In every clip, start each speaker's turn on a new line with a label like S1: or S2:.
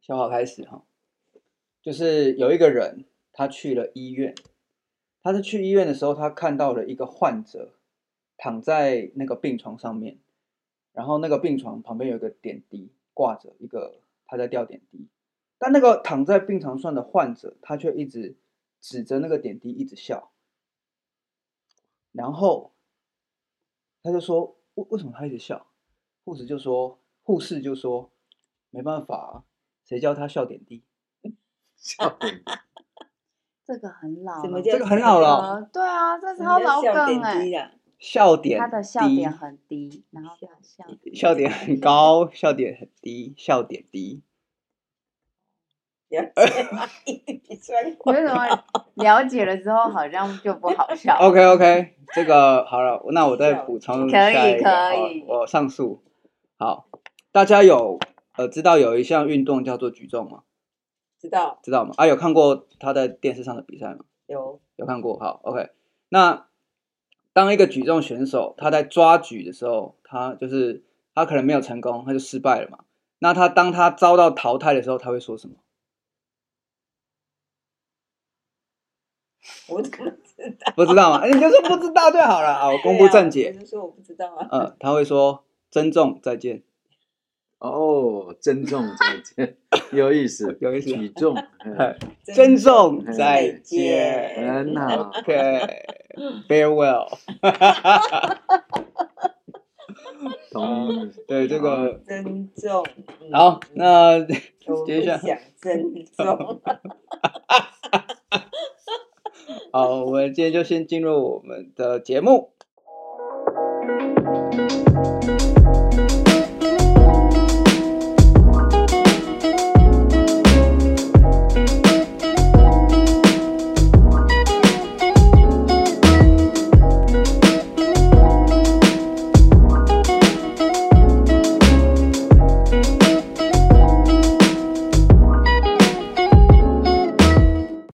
S1: 小好开始哈，就是有一个人他去了医院，他是去医院的时候，他看到了一个患者躺在那个病床上面，然后那个病床旁边有一个点滴挂着一个他在吊点滴，但那个躺在病床上的患者他却一直指着那个点滴一直笑，然后他就说为为什么他一直笑？护士就说护士就说没办法、啊。谁叫他笑点滴？
S2: 笑点滴，
S3: 这个很老了，
S2: 什么叫
S1: 这个很老了，
S3: 呃对啊，这
S2: 什
S3: 超
S2: 么叫
S3: 老
S2: 笑
S3: 梗
S2: 点
S3: 哎、
S2: 低啊呀？
S1: 笑点
S3: 他的笑点
S1: 低
S3: 很低，然后他笑
S1: 笑点很高，笑点很低，笑点低。？
S2: 了解吗？ 你说你
S3: 你为什么了解了之后好像就不好笑
S1: OK OK，这 个好了，那我再
S2: 笑
S1: 补充
S3: 可
S1: 下
S3: 以
S1: 一个
S3: 可
S1: 好
S3: 以
S1: 我上诉。好，大家有呃知道有一项运动叫做举重吗？
S2: 知道
S1: 知道吗？啊，有看过他在电视上的比赛吗？
S2: 有
S1: 有看过。好，OK。那当一个举重选手他在抓举的时候，他就是他可能没有成功，他就失败了嘛。那他当他遭到淘汰的时候，他会说什么？
S2: 我怎么知道？
S1: 不知道嘛？哎你就说不知道就好了啊！我 公布正
S2: 对啊
S1: 解，
S2: 我就说我不知道啊。
S1: 嗯，他会说珍重再见，
S4: 哦，珍重再见，有意思，
S1: 有意思
S4: 举重，
S1: 哎
S4: 嗯
S1: 珍重再
S2: 再
S1: 见
S2: 见。
S4: 很好，
S1: ，OK，farewell。
S4: 同意。
S1: 对这个
S2: 珍重。嗯
S1: 好，那
S2: 我不
S1: 接下
S2: 想珍 重。啊
S1: 好，我们今天就先进入我们的节目。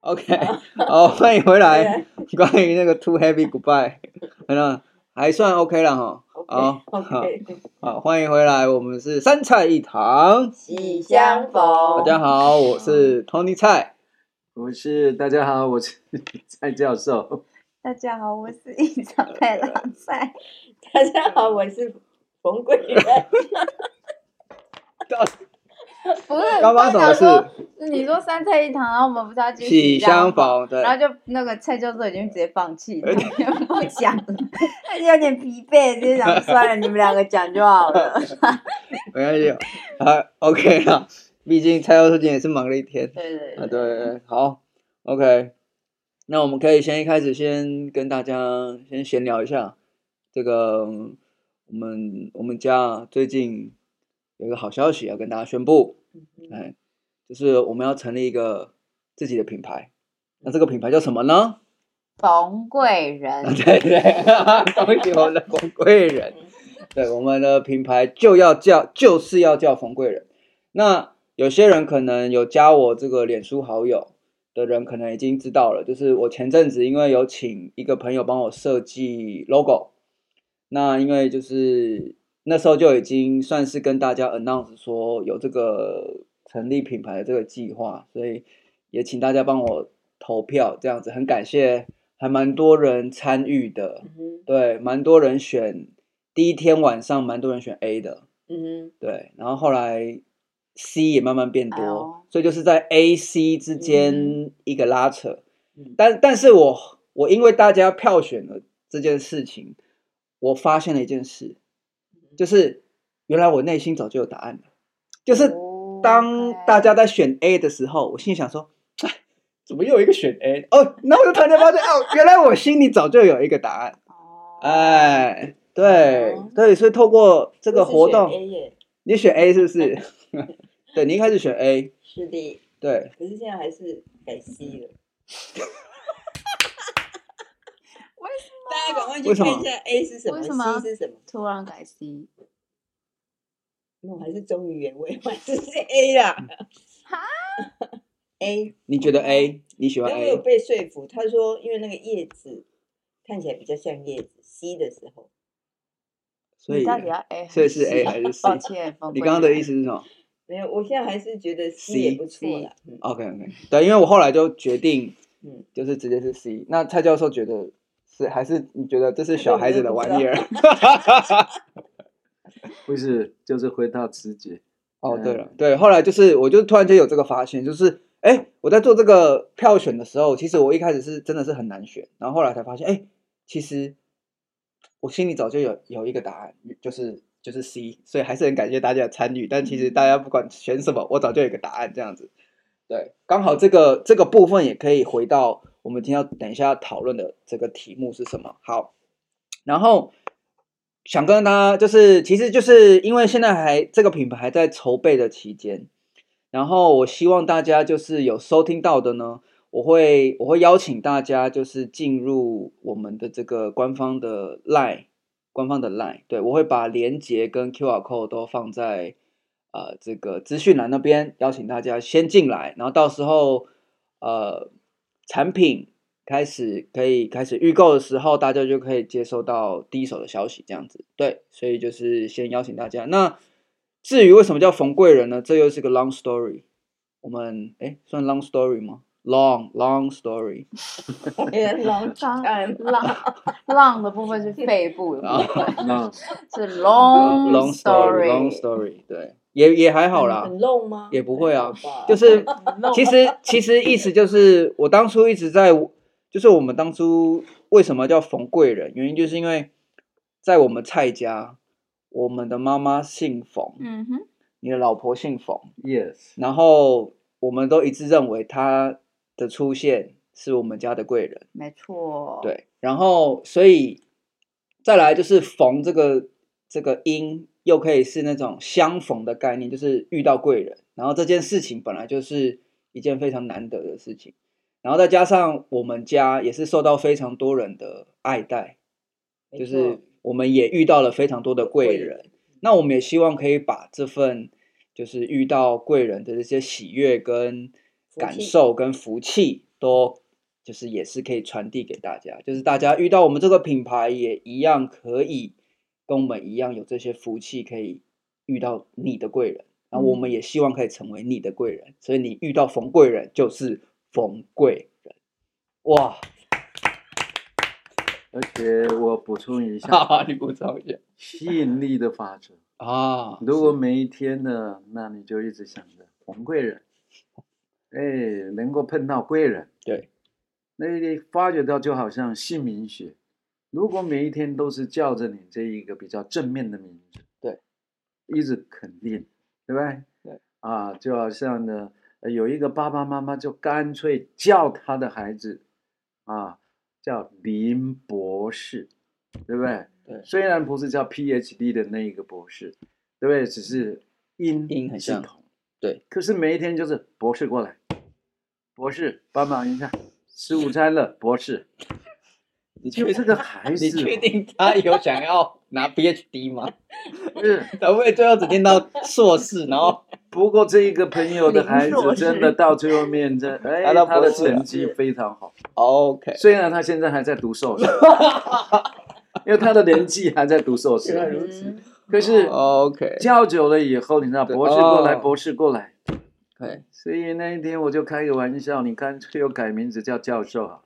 S1: OK，好，欢迎回来。关于那个 Too Heavy Goodbye，那还算 OK 了哈。好
S2: OK，
S1: 好，欢迎回来，我们是三菜一汤。
S2: 喜相逢。
S1: 大家好，我是 Tony 蔡。
S4: 我是大家好，我是 蔡教授。
S3: 大家好，我是一场太郎 赛，
S2: 大家好，我是冯贵人。
S3: 不是
S1: 刚刚什么
S3: 想哎说
S1: 事？
S3: 你说三菜一汤，然后我们不是要去
S1: 喜相
S3: 逢，
S1: 逢，对
S3: 然，后就那个蔡教授已经直接放 弃，他不讲了，他就有点疲惫，就想算了，你们两个讲就 好了。
S1: 没关系，啊，OK 了。毕竟蔡教授今天也是忙了一天
S3: 对对
S1: 啊。
S3: 对，
S1: 对，好，OK。那我们可以先一开始先跟大家先闲聊一下，这个嗯我们我们家最近有一个好消息要跟大家宣布。
S3: 嗯
S1: 哎，就是我们要成立一个自己的品牌。那这个品牌叫什么呢？
S3: 冯贵 人，
S1: 对对， 恭喜我们的冯贵人。对，我们的品牌就要叫，就是要叫冯贵人。那有些人可能有加我这个脸书好友的人，可能已经知道了。就是我前阵子因为有请一个朋友帮我设计 logo，那因为就是那时候就已经算是跟大家 announce 说有这个成立品牌的这个计划，所以也请大家帮我投票，这样子很感谢，还蛮多人参与的。
S2: 嗯哼
S1: 对，蛮多人选第一天晚上，蛮多人选 A 的，
S2: 嗯
S1: 对，然后后来 C 也慢慢变多，
S3: 哎呦
S1: 所以就是在 A、C 之间一个拉扯。
S2: 嗯
S1: 但但是我我因为大家票选了这件事情，我发现了一件事，
S2: 嗯
S1: 就是原来我内心早就有答案了，就是
S3: 哦
S1: 当大家在选 A 的时候，我心里想说，哎，怎么又有一个选 A？哦，那我就突然发现，哦，原来我心里早就有一个答案。
S3: 哦
S1: 哎，对、
S2: 哦
S1: 对，所以透过这
S2: 这
S1: 个活动，
S2: 耶，
S1: 你选 A 是不是？ 对，你一开始选 A，
S2: 是的，
S1: 对，
S2: 可是现在还是改 C 了。
S3: 为什么
S2: 大家赶快去
S1: 为什么
S2: 看一下 A 是什么
S3: 为什么
S2: ，C 是什么。
S3: 突然改 C？
S2: 那我还是忠于原 味，我还是 A 啦。
S3: 哈
S2: A，
S1: 你觉得 A，你喜
S2: 因
S1: 欢
S2: 为我有
S1: 嗯 A，
S2: 被说服，他说因为那个叶子看起来比较像叶子，C 的时候，
S1: 所以
S3: 你到底要哦 A？
S1: 所以
S3: 还
S1: 是 A 还是 C？
S3: 抱歉，冯
S1: 你
S3: 贵
S1: 刚刚的
S3: 人
S1: 意思是什么？
S2: 没有，我现在还是觉得 C 也不错啦。嗯
S1: OK OK，对，因为我后来就决定，
S2: 嗯
S1: 就是直接是 C。那蔡教授觉得是还是你觉得这是小孩子的玩意儿？
S4: 不是，就是回到直觉。
S1: 哦，
S4: 嗯
S1: 对了，对，后来就是我就突然间有这个发现，就是哎，我在做这个票选的时候，其实我一开始是真的是很难选，然后后来才发现，哎，其实我心里早就有有一个答案，就是就是 C，所以还是很感谢大家的参与。但其实大家不管选什么，我早就有一个答案这样子。对，刚好这个这个部分也可以回到我们今天要等一下要讨论的这个题目是什么。好，然后想跟大家就是，其实就是因为现在还这个品牌还在筹备的期间，然后我希望大家就是有收听到的呢，我会我会邀请大家就是进入我们的这个官方的 Line，官方的 Line，对我会把连接跟 QR code 都放在呃这个资讯栏那边，邀请大家先进来，然后到时候呃产品开始可以开始预购的时候，大家就可以接收到第一手的消息，这样子。对，所以就是先邀请大家。那至于为什么叫冯贵人呢？这又是个 long story。我们哎，算 long story 吗？long long story
S2: 老
S3: 刚
S2: 嗯，
S3: 浪浪的部分是肺部的部
S1: 啊
S3: 分，
S4: 那
S3: 是 long
S1: long story long story 对，也也还 好啦
S2: 很。漏吗？
S1: 也不会啊
S2: 还好吧，
S1: 就是
S3: 很 漏
S1: 其实其实意思就是，我当初一直在，就是我们当初为什么叫冯贵人，原因就是因为在我们蔡家，我们的妈妈姓冯，
S3: 嗯哼，
S1: 你的老婆姓冯，
S4: yes，
S1: 然后我们都一致认为她的出现是我们家的贵人，
S3: 没错，，
S1: 对，然后所以再来就是冯这个这个音又可以是那种相逢的概念，就是遇到贵人，然后这件事情本来就是一件非常难得的事情，然后再加上我们家也是受到非常多人的爱戴，
S2: 没
S1: 就
S2: 错
S1: 是我们也遇到了非常多的贵
S2: 贵
S1: 人
S2: 人，
S1: 那我们也希望可以把这份就是遇到贵人的这些喜悦跟
S2: 福
S1: 感
S2: 气
S1: 受跟福气，都就是也是可以传递给大家，就是大家遇到我们这个品牌也一样可以跟我们一样有这些福气，可以遇到你的贵人，然后我
S2: 嗯
S1: 们也希望可以成为你的贵人，所以你遇到冯贵人就是冯贵人，哇，
S4: 而且我补充一下，
S1: 哈 哈，你鼓掌一下
S4: 吸引力的法则。
S1: 啊，
S4: 如果每一天呢，那你就一直想着红贵人，哎，能够碰到贵人，
S1: 对，
S4: 那你发觉到就好像姓名学，如果每一天都是叫着你这一个比较正面的名字，
S1: 对，
S4: 一直肯定，对吧？
S1: 对，
S4: 啊，就好像呢，呃有一个爸爸妈妈就干脆叫他的孩子，啊，叫林博士，对不对？
S1: 嗯对
S4: 虽然不是叫 PhD 的那一个博士，对不对？只是音
S1: 音很
S4: 系
S1: 像
S4: 统，
S1: 对。
S4: 可是每一天就是博士过来，博士帮忙一下，吃午餐了，博士。
S1: 你
S4: 就这个孩子，
S1: 你确定他有想要拿 PhD 吗？
S4: 不是？
S1: 会不会最后只听到硕士，然后
S4: 不过这一个朋 友的孩
S3: 林硕
S4: 子
S3: 士
S4: 真的到最后面真，哎，
S1: 达到
S4: 他
S1: 博
S4: 的
S1: 士了啊
S4: 成绩非常好。
S1: OK？
S4: 虽然他现在还在读硕 士，因为他的年纪还在读硕
S2: 原来
S4: 士，
S2: 如
S3: 嗯，
S4: 可是
S1: OK，
S4: 叫久了以后，你知道，
S1: 哦对
S4: 博士过来，
S1: 哦
S4: 博士过来。
S1: 可以，
S4: 所以那一天我就开个玩笑，你干脆又改名字叫教授好了，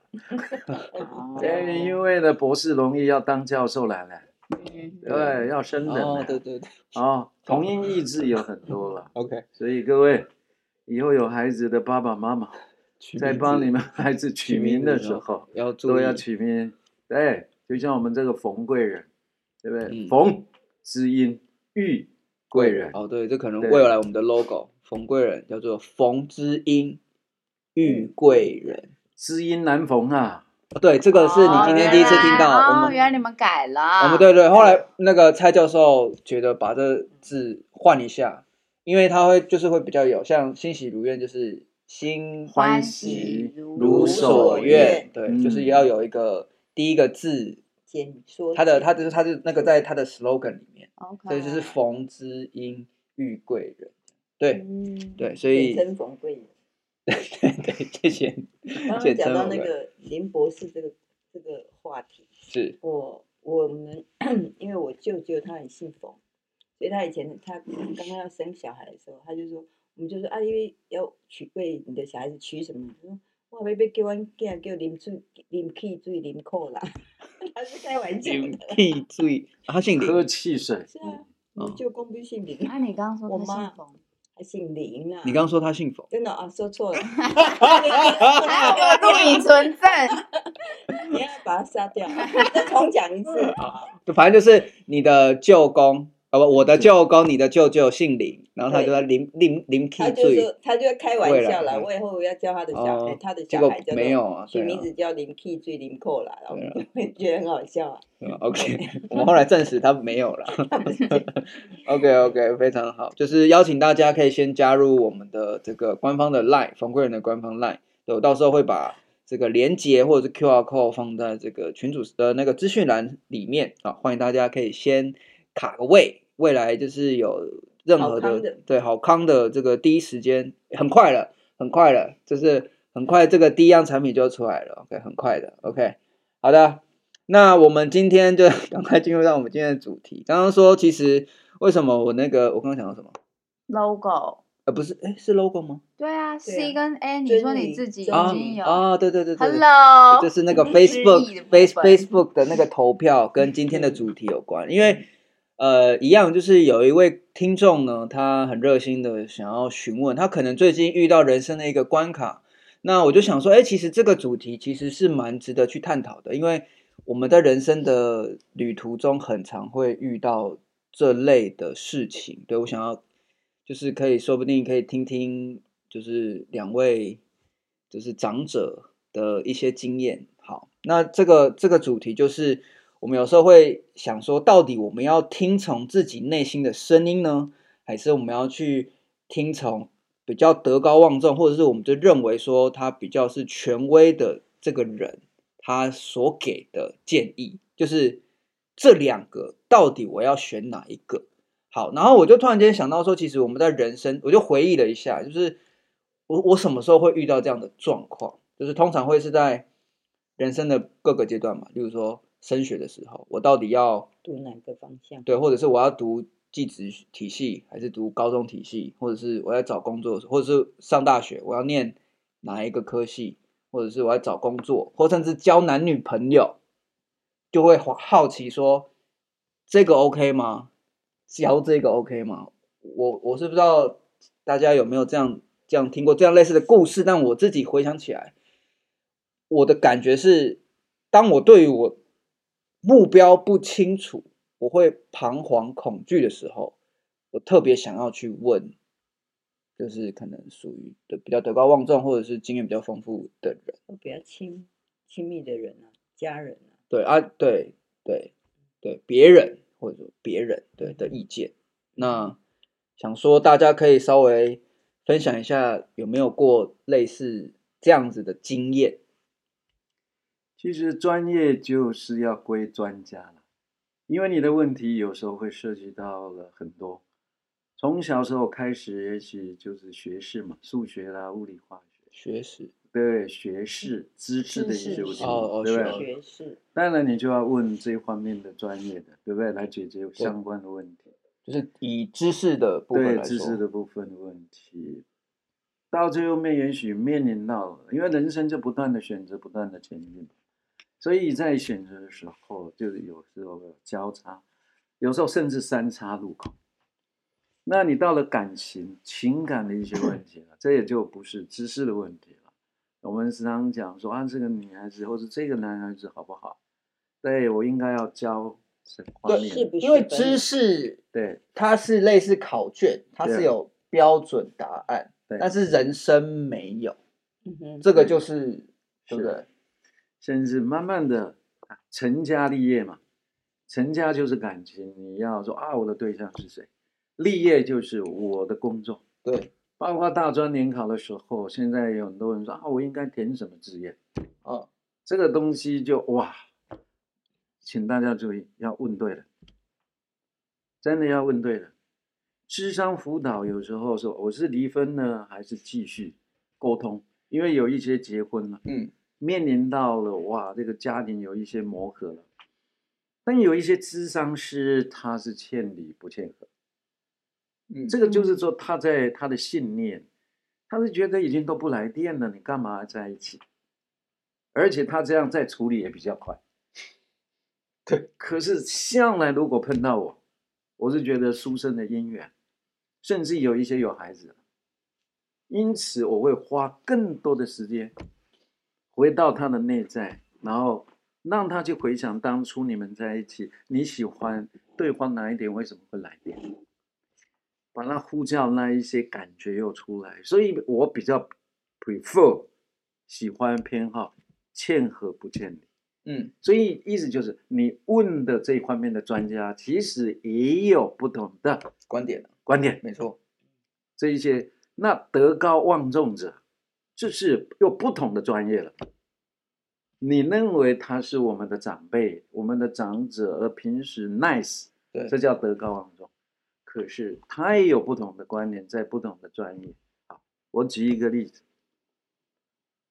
S4: 哎
S3: 哦
S4: 因为呢博士荣誉要当教授来了，
S3: 嗯
S4: 对，要升等
S1: 哦
S4: 了，，
S1: 对对对
S4: 哦，同音异字有很多了，
S1: ，OK，
S4: 所以各位以后有孩子的爸爸妈妈在帮你
S1: 们
S4: 们孩子取名的时候，
S1: 要注
S4: 都
S1: 意
S4: 要取名，对，就像我们这个冯贵人，对不对？
S1: 嗯
S4: 冯知音，玉贵人，
S1: 哦，对，这可能
S4: 对
S1: 未来我们的 logo 冯贵人叫做冯之音玉贵人。
S4: 知音难逢啊，
S1: 哦对，这个是你今天第一次听
S3: 哦原来
S1: 到，我
S3: 哦，原来
S1: 们
S3: 你们改了，
S1: 我们对对，后来那个蔡教授觉得把这字换一下，因为他会就是会比较有像欣喜如愿，就是心
S3: 欢
S4: 喜
S3: 喜
S4: 如
S1: 如
S4: 所
S1: 所
S4: 愿
S1: 愿，对，
S4: 嗯
S1: 就是要有一个第一个字，
S2: 简说
S1: 它的它就
S2: 简
S1: 是它是那个在它的 slogan 里面，
S3: OK，
S2: 啊
S1: 所以就是逢知音遇贵人，对
S3: 嗯，
S1: 对，所以
S2: 简称冯贵人。
S1: 对对，谢谢你，
S2: 刚刚
S1: 简
S2: 讲
S1: 称
S2: 到
S1: 冯
S2: 那
S1: 贵
S2: 个林博士这个这个话题，
S1: 是
S2: 我我们因为我舅舅他很信佛，所以他以前他
S1: 嗯
S2: 刚刚要生小孩的时候，他就说，我们就说啊，因为要取为你的小孩子取什么，他说我还要叫阮囝叫啉水、啉汽水、啉可啦， 他是开玩笑
S1: 林
S2: 的。
S1: 替罪，啊他姓
S4: 喝
S1: 林，
S4: 汽水，
S2: 是啊，
S1: 嗯
S2: 你就公不姓林，
S3: 那你刚刚
S2: 我
S3: 说他
S2: 妈
S3: 姓 冯，
S2: 他姓林啊。
S1: 你刚刚说他姓冯，
S2: 真的啊，说错 了，
S3: 还有我录影存证，
S2: 你要把他杀掉，啊再重讲一次。
S1: 就反正就是你的舅公，啊不，我的舅公，你的舅舅姓林，然后他就在林林林替
S2: 他就
S1: 罪，
S2: 说，他就开玩笑啦。
S1: 未来嗯
S2: 我以后要教他的小孩，
S1: 哦，
S2: 他的
S1: 结
S2: 小
S1: 果
S2: 孩叫做
S1: 没有啊，
S2: 取
S1: 对
S2: 名
S1: 啊
S2: 字叫林 K 最林扣啦，然后
S1: 对啊
S2: 我们觉得很好笑啊。
S1: 对啊，OK，我们后来证实他没有了。OK OK，非常好，就是邀请大家可以先加入我们的这个官方的 Line，冯贵人的官方 Line，对我到时候会把这个连接或者是 QR code 放在这个群主的那个资讯栏里面啊，欢迎大家可以先卡个位，未来就是有任何
S2: 好
S1: 的
S2: 康的
S1: 对好康的这个第一时间，很快了，很快了，就是很快这个第一样产品就出来了，OK，很快的，OK，好的，那我们今天就 赶快进入到我们今天的主题，刚刚说其实。为什么我那个我刚刚讲到什么？
S3: logo。
S1: 呃，不是，哎，是 logo 吗？
S3: 对啊
S2: 对
S3: ，C
S2: 啊
S3: 跟 A，你
S2: 真
S3: 说你
S2: 理
S3: 自己已
S2: 真
S1: 啊
S3: 经有
S1: 啊，对对对对对
S3: ，Hello，
S1: 就是那个
S3: 你失忆的
S1: Facebook
S3: 部
S1: Face
S3: 分
S1: Facebook 的那个投 票跟今天的主题有关，因为呃，一样就是有一位听众呢，他很热心的想要询问，他可能最近遇到人生的一个关卡，那我就想说，哎，其实这个主题其实是蛮值得去探讨的，因为我们在人生的旅途中很常会遇到这类的事情，对我想要就是可以，说不定可以听听，就是两位就是长者的一些经验。好，那这个这个主题就是我们有时候会想说，到底我们要听从自己内心的声音呢，还是我们要去听从比较德高望重，或者是我们就认为说他比较是权威的这个人他所给的建议，就是这两个到底我要选哪一个？好，然后我就突然间想到说，其实我们在人生，我就回忆了一下，就是我我什么时候会遇到这样的状况？就是通常会是在人生的各个阶段嘛，例如说升学的时候，我到底要
S2: 读哪个方向？
S1: 对，或者是我要读技职体系，还是读高中体系，或者是我要找工作的时候，或者是上大学，我要念哪一个科系，或者是我要找工作，或甚至交男女朋友，就会好好奇说这个 OK 吗？交这个 OK 吗？我我是不知道大家有没有这样这样听过这样类似的故事，但我自己回想起来，我的感觉是，当我对于我目标不清楚，我会彷徨恐惧的时候，我特别想要去问，就是可能属于的比较德高望重或者是经验比较丰富的人。
S2: 都比较亲亲密的人啊，家人啊。
S1: 对啊，对对对，别人或者说别人对的意见。那想说大家可以稍微分享一下有没有过类似这样子的经验？
S4: 其实专业就是要归专家了，因为你的问题有时候会涉及到了很多。从小时候开始，也许就是学士嘛，数学啦、物理、化学，
S1: 学识
S4: 对学士知识的一些问题，
S2: 知识
S1: 哦哦
S4: 对不
S1: 学
S4: 对？
S2: 学士，
S4: 当然，你就要问这方面的专业的，对不对？来解决相关的问题。
S1: 就是以知识的部分
S4: 对
S1: 来
S4: 知
S1: 说，
S4: 识的部分的问题，到最后面也许面临到，因为人生就不断的选择，不断的前进，所以在选择的时候，就是有时候有交叉，有时候甚至三叉路口。那你到了感情、情感的一些问题了，这也就不是知识的问题了。我们时常讲说啊，这个女孩子或者这个男孩子好不好？对我应该要教什么方
S2: 是
S4: 面？
S2: 不
S1: 嗯
S2: 是？
S1: 因为知识
S4: 对
S1: 它是类似考卷，它
S4: 对
S1: 是
S4: 啊
S1: 有标准答案，
S4: 对。
S1: 但是人生没有，
S2: 嗯哼，
S1: 这个就是对不
S4: 是
S1: 对？
S4: 甚至慢慢的成家立业嘛，成家就是感情，你要说啊，我的对象是谁，立业就是我的工作，
S1: 对，
S4: 包括大专联考的时候，现在有很多人说啊，我应该填什么志愿，
S1: 哦，
S4: 这个东西就哇，请大家注意，要问对了，真的要问对了。智商辅导有时候说我是离婚呢，还是继续沟通，因为有一些结婚了。
S1: 嗯，
S4: 面临到了哇，这个家庭有一些磨合了，但有一些智商师他是欠理不欠和，
S1: 嗯
S4: 这个就是说他在他的信念，他是觉得已经都不来电了，你干嘛在一起？而且他这样再处理也比较快。
S1: 对，
S4: 可是向来如果碰到我，我是觉得书生的姻缘，甚至有一些有孩子了，因此我会花更多的时间回到他的内在，然后让他去回想当初你们在一起，你喜欢对方哪一点，为什么会来电？把它呼叫那一些感觉又出来，所以我比较 prefer 喜欢偏好欠和不欠理。
S1: 嗯
S4: 所以意思就是，你问的这一方面的专家，其实也有不同的
S1: 观点
S4: 观点。
S1: 没错，
S4: 这一些那德高望重者，就是有不同的专业了。你认为他是我们的长辈、我们的长者，而平时 nice，
S1: 对
S4: 这叫德高望重。可是他也有不同的观点，在不同的专业。好，我举一个例子，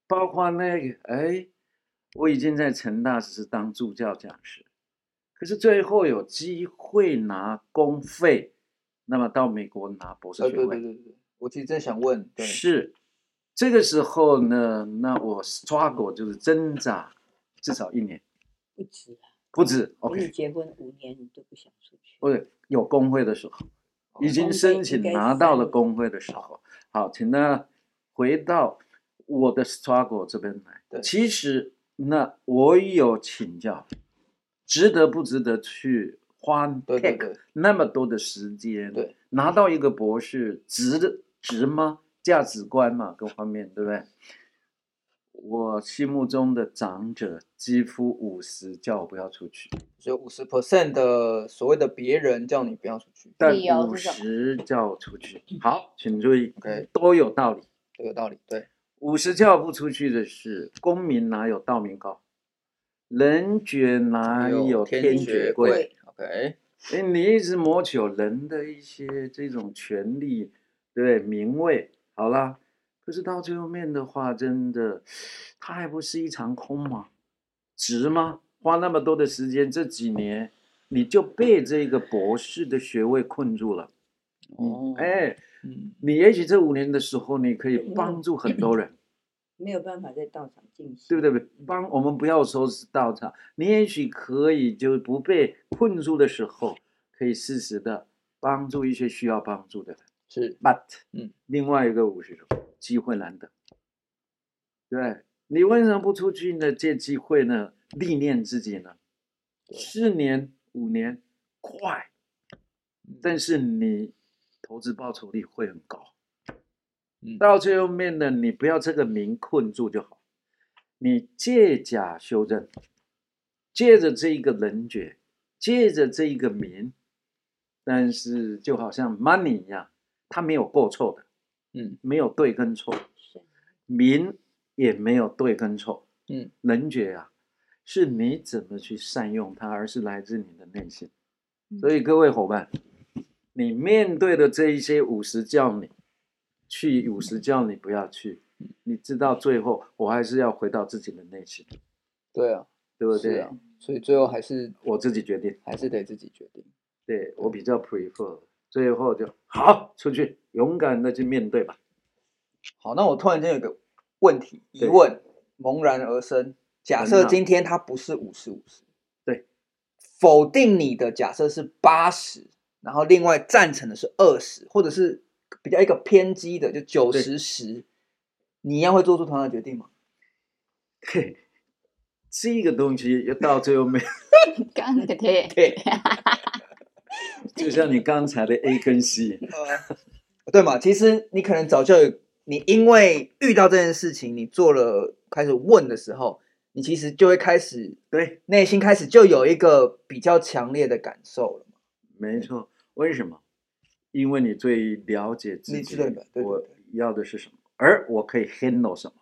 S4: 包括那个，哎，我已经在成大只是当助教讲师，可是最后有机会拿公费，那么到美国拿博士
S1: 呃，
S4: 学
S1: 对
S4: 位。
S1: 对对对，我其实在想问，对，
S4: 是，这个时候呢，那我 struggle 就是挣扎，至少一年
S2: 不止啊，
S4: 不止。
S2: 等你
S4: OK，
S2: 结婚五年，你都不想出去。
S4: 不是有工会的时候，已经
S2: 工会
S4: 申
S2: 应
S4: 请
S2: 该
S4: 拿
S2: 是
S4: 到
S2: 三
S4: 了
S2: 年
S4: 工会的时候，好，请呢回到我的 struggle 这边来。
S1: 对
S4: 其实那我有请教，值得不值得去花
S1: 对对
S4: take
S1: 对
S4: 那么多的时间？
S1: 对，
S4: 拿到一个博士，值的值吗？价值观嘛，各方面对不对？我心目中的长者几乎五十，叫我不要出去，
S1: 只有五十 percent 的所谓的别人叫你不要出去，
S4: 但
S3: 理由
S4: 五
S3: 是什
S4: 十叫我出去。好，请注意
S1: OK
S4: 都有道理。
S1: 这个道理，对，
S4: 五十叫不出去的是公民哪有道明高，人觉哪有
S1: 哎天
S4: 天
S1: 爵
S4: 爵
S1: 贵
S4: 贵？
S1: ，OK，
S4: 哎，你一直谋求人的一些这种权利，对不对名位，好啦。可是到最后面的话，真的，它还不是一场空吗？值吗？花那么多的时间，这几年你就被这个博士的学位困住了。
S1: 哦，，
S4: 哎，
S1: 嗯，
S4: 你也许这五年的时候，你可以
S2: 嗯
S4: 帮助很多人，
S2: 没有办法在道场进行，
S4: 对不对？帮我们不要说是道场，你也许可以就不被困住的时候，可以适时的帮助一些需要帮助的人。
S1: 是
S4: But，
S1: 嗯，
S4: 另外一个五十种机会难得，对你为什么不出去呢？借机会呢，历练自己呢？
S1: 对
S4: 四年、五年快，但是你投资报酬率会很高。
S1: 嗯
S4: 到最后面呢，你不要这个名困住就好，你借假修真，借着这一个人觉，借着这一个名，但是就好像 money 一样，它没有过错的，
S1: 嗯，
S4: 没有对跟错，
S2: 是
S4: 名也没有对跟错，
S1: 嗯，
S4: 人觉啊，是你怎么去善用它，而是来自你的内心。
S1: 嗯
S4: 所以各位伙伴，你面对的这一些五十叫你去，五十叫你不要去，你知道最后我还是要回到自己的内心，
S1: 对啊，
S4: 对不
S1: 是
S4: 对？
S1: 啊，所以最后还是
S4: 我自己决定，
S1: 还是得自己决定，
S4: 对我比较 prefer，最后就好出去，勇敢的去面对吧。
S1: 好，那我突然间有个问题疑
S4: 对
S1: 问萌然而生，假
S4: 很
S1: 设
S4: 好
S1: 今天他不是五十五十，
S4: 对，
S1: 否定你的假设是八十，然后另外赞成的是二十，或者是比较一个偏激的，就九十十，你一样会做出同样的决定吗？
S4: 嘿，这个东西要到最后面，
S3: 刚个对，
S1: 对，
S4: 就像你刚才的 A 跟 C，
S1: 对嘛？其实你可能早就有你因为遇到这件事情，你做了开始问的时候，你其实就会开始
S4: 对，
S1: 内心开始就有一个比较强烈的感受了嘛。
S4: 没错。为什么？因为你最了解自
S1: 你
S4: 己
S1: 知道的对对，
S4: 我
S1: 对
S4: 要的是什么，而我可以 handle 什么。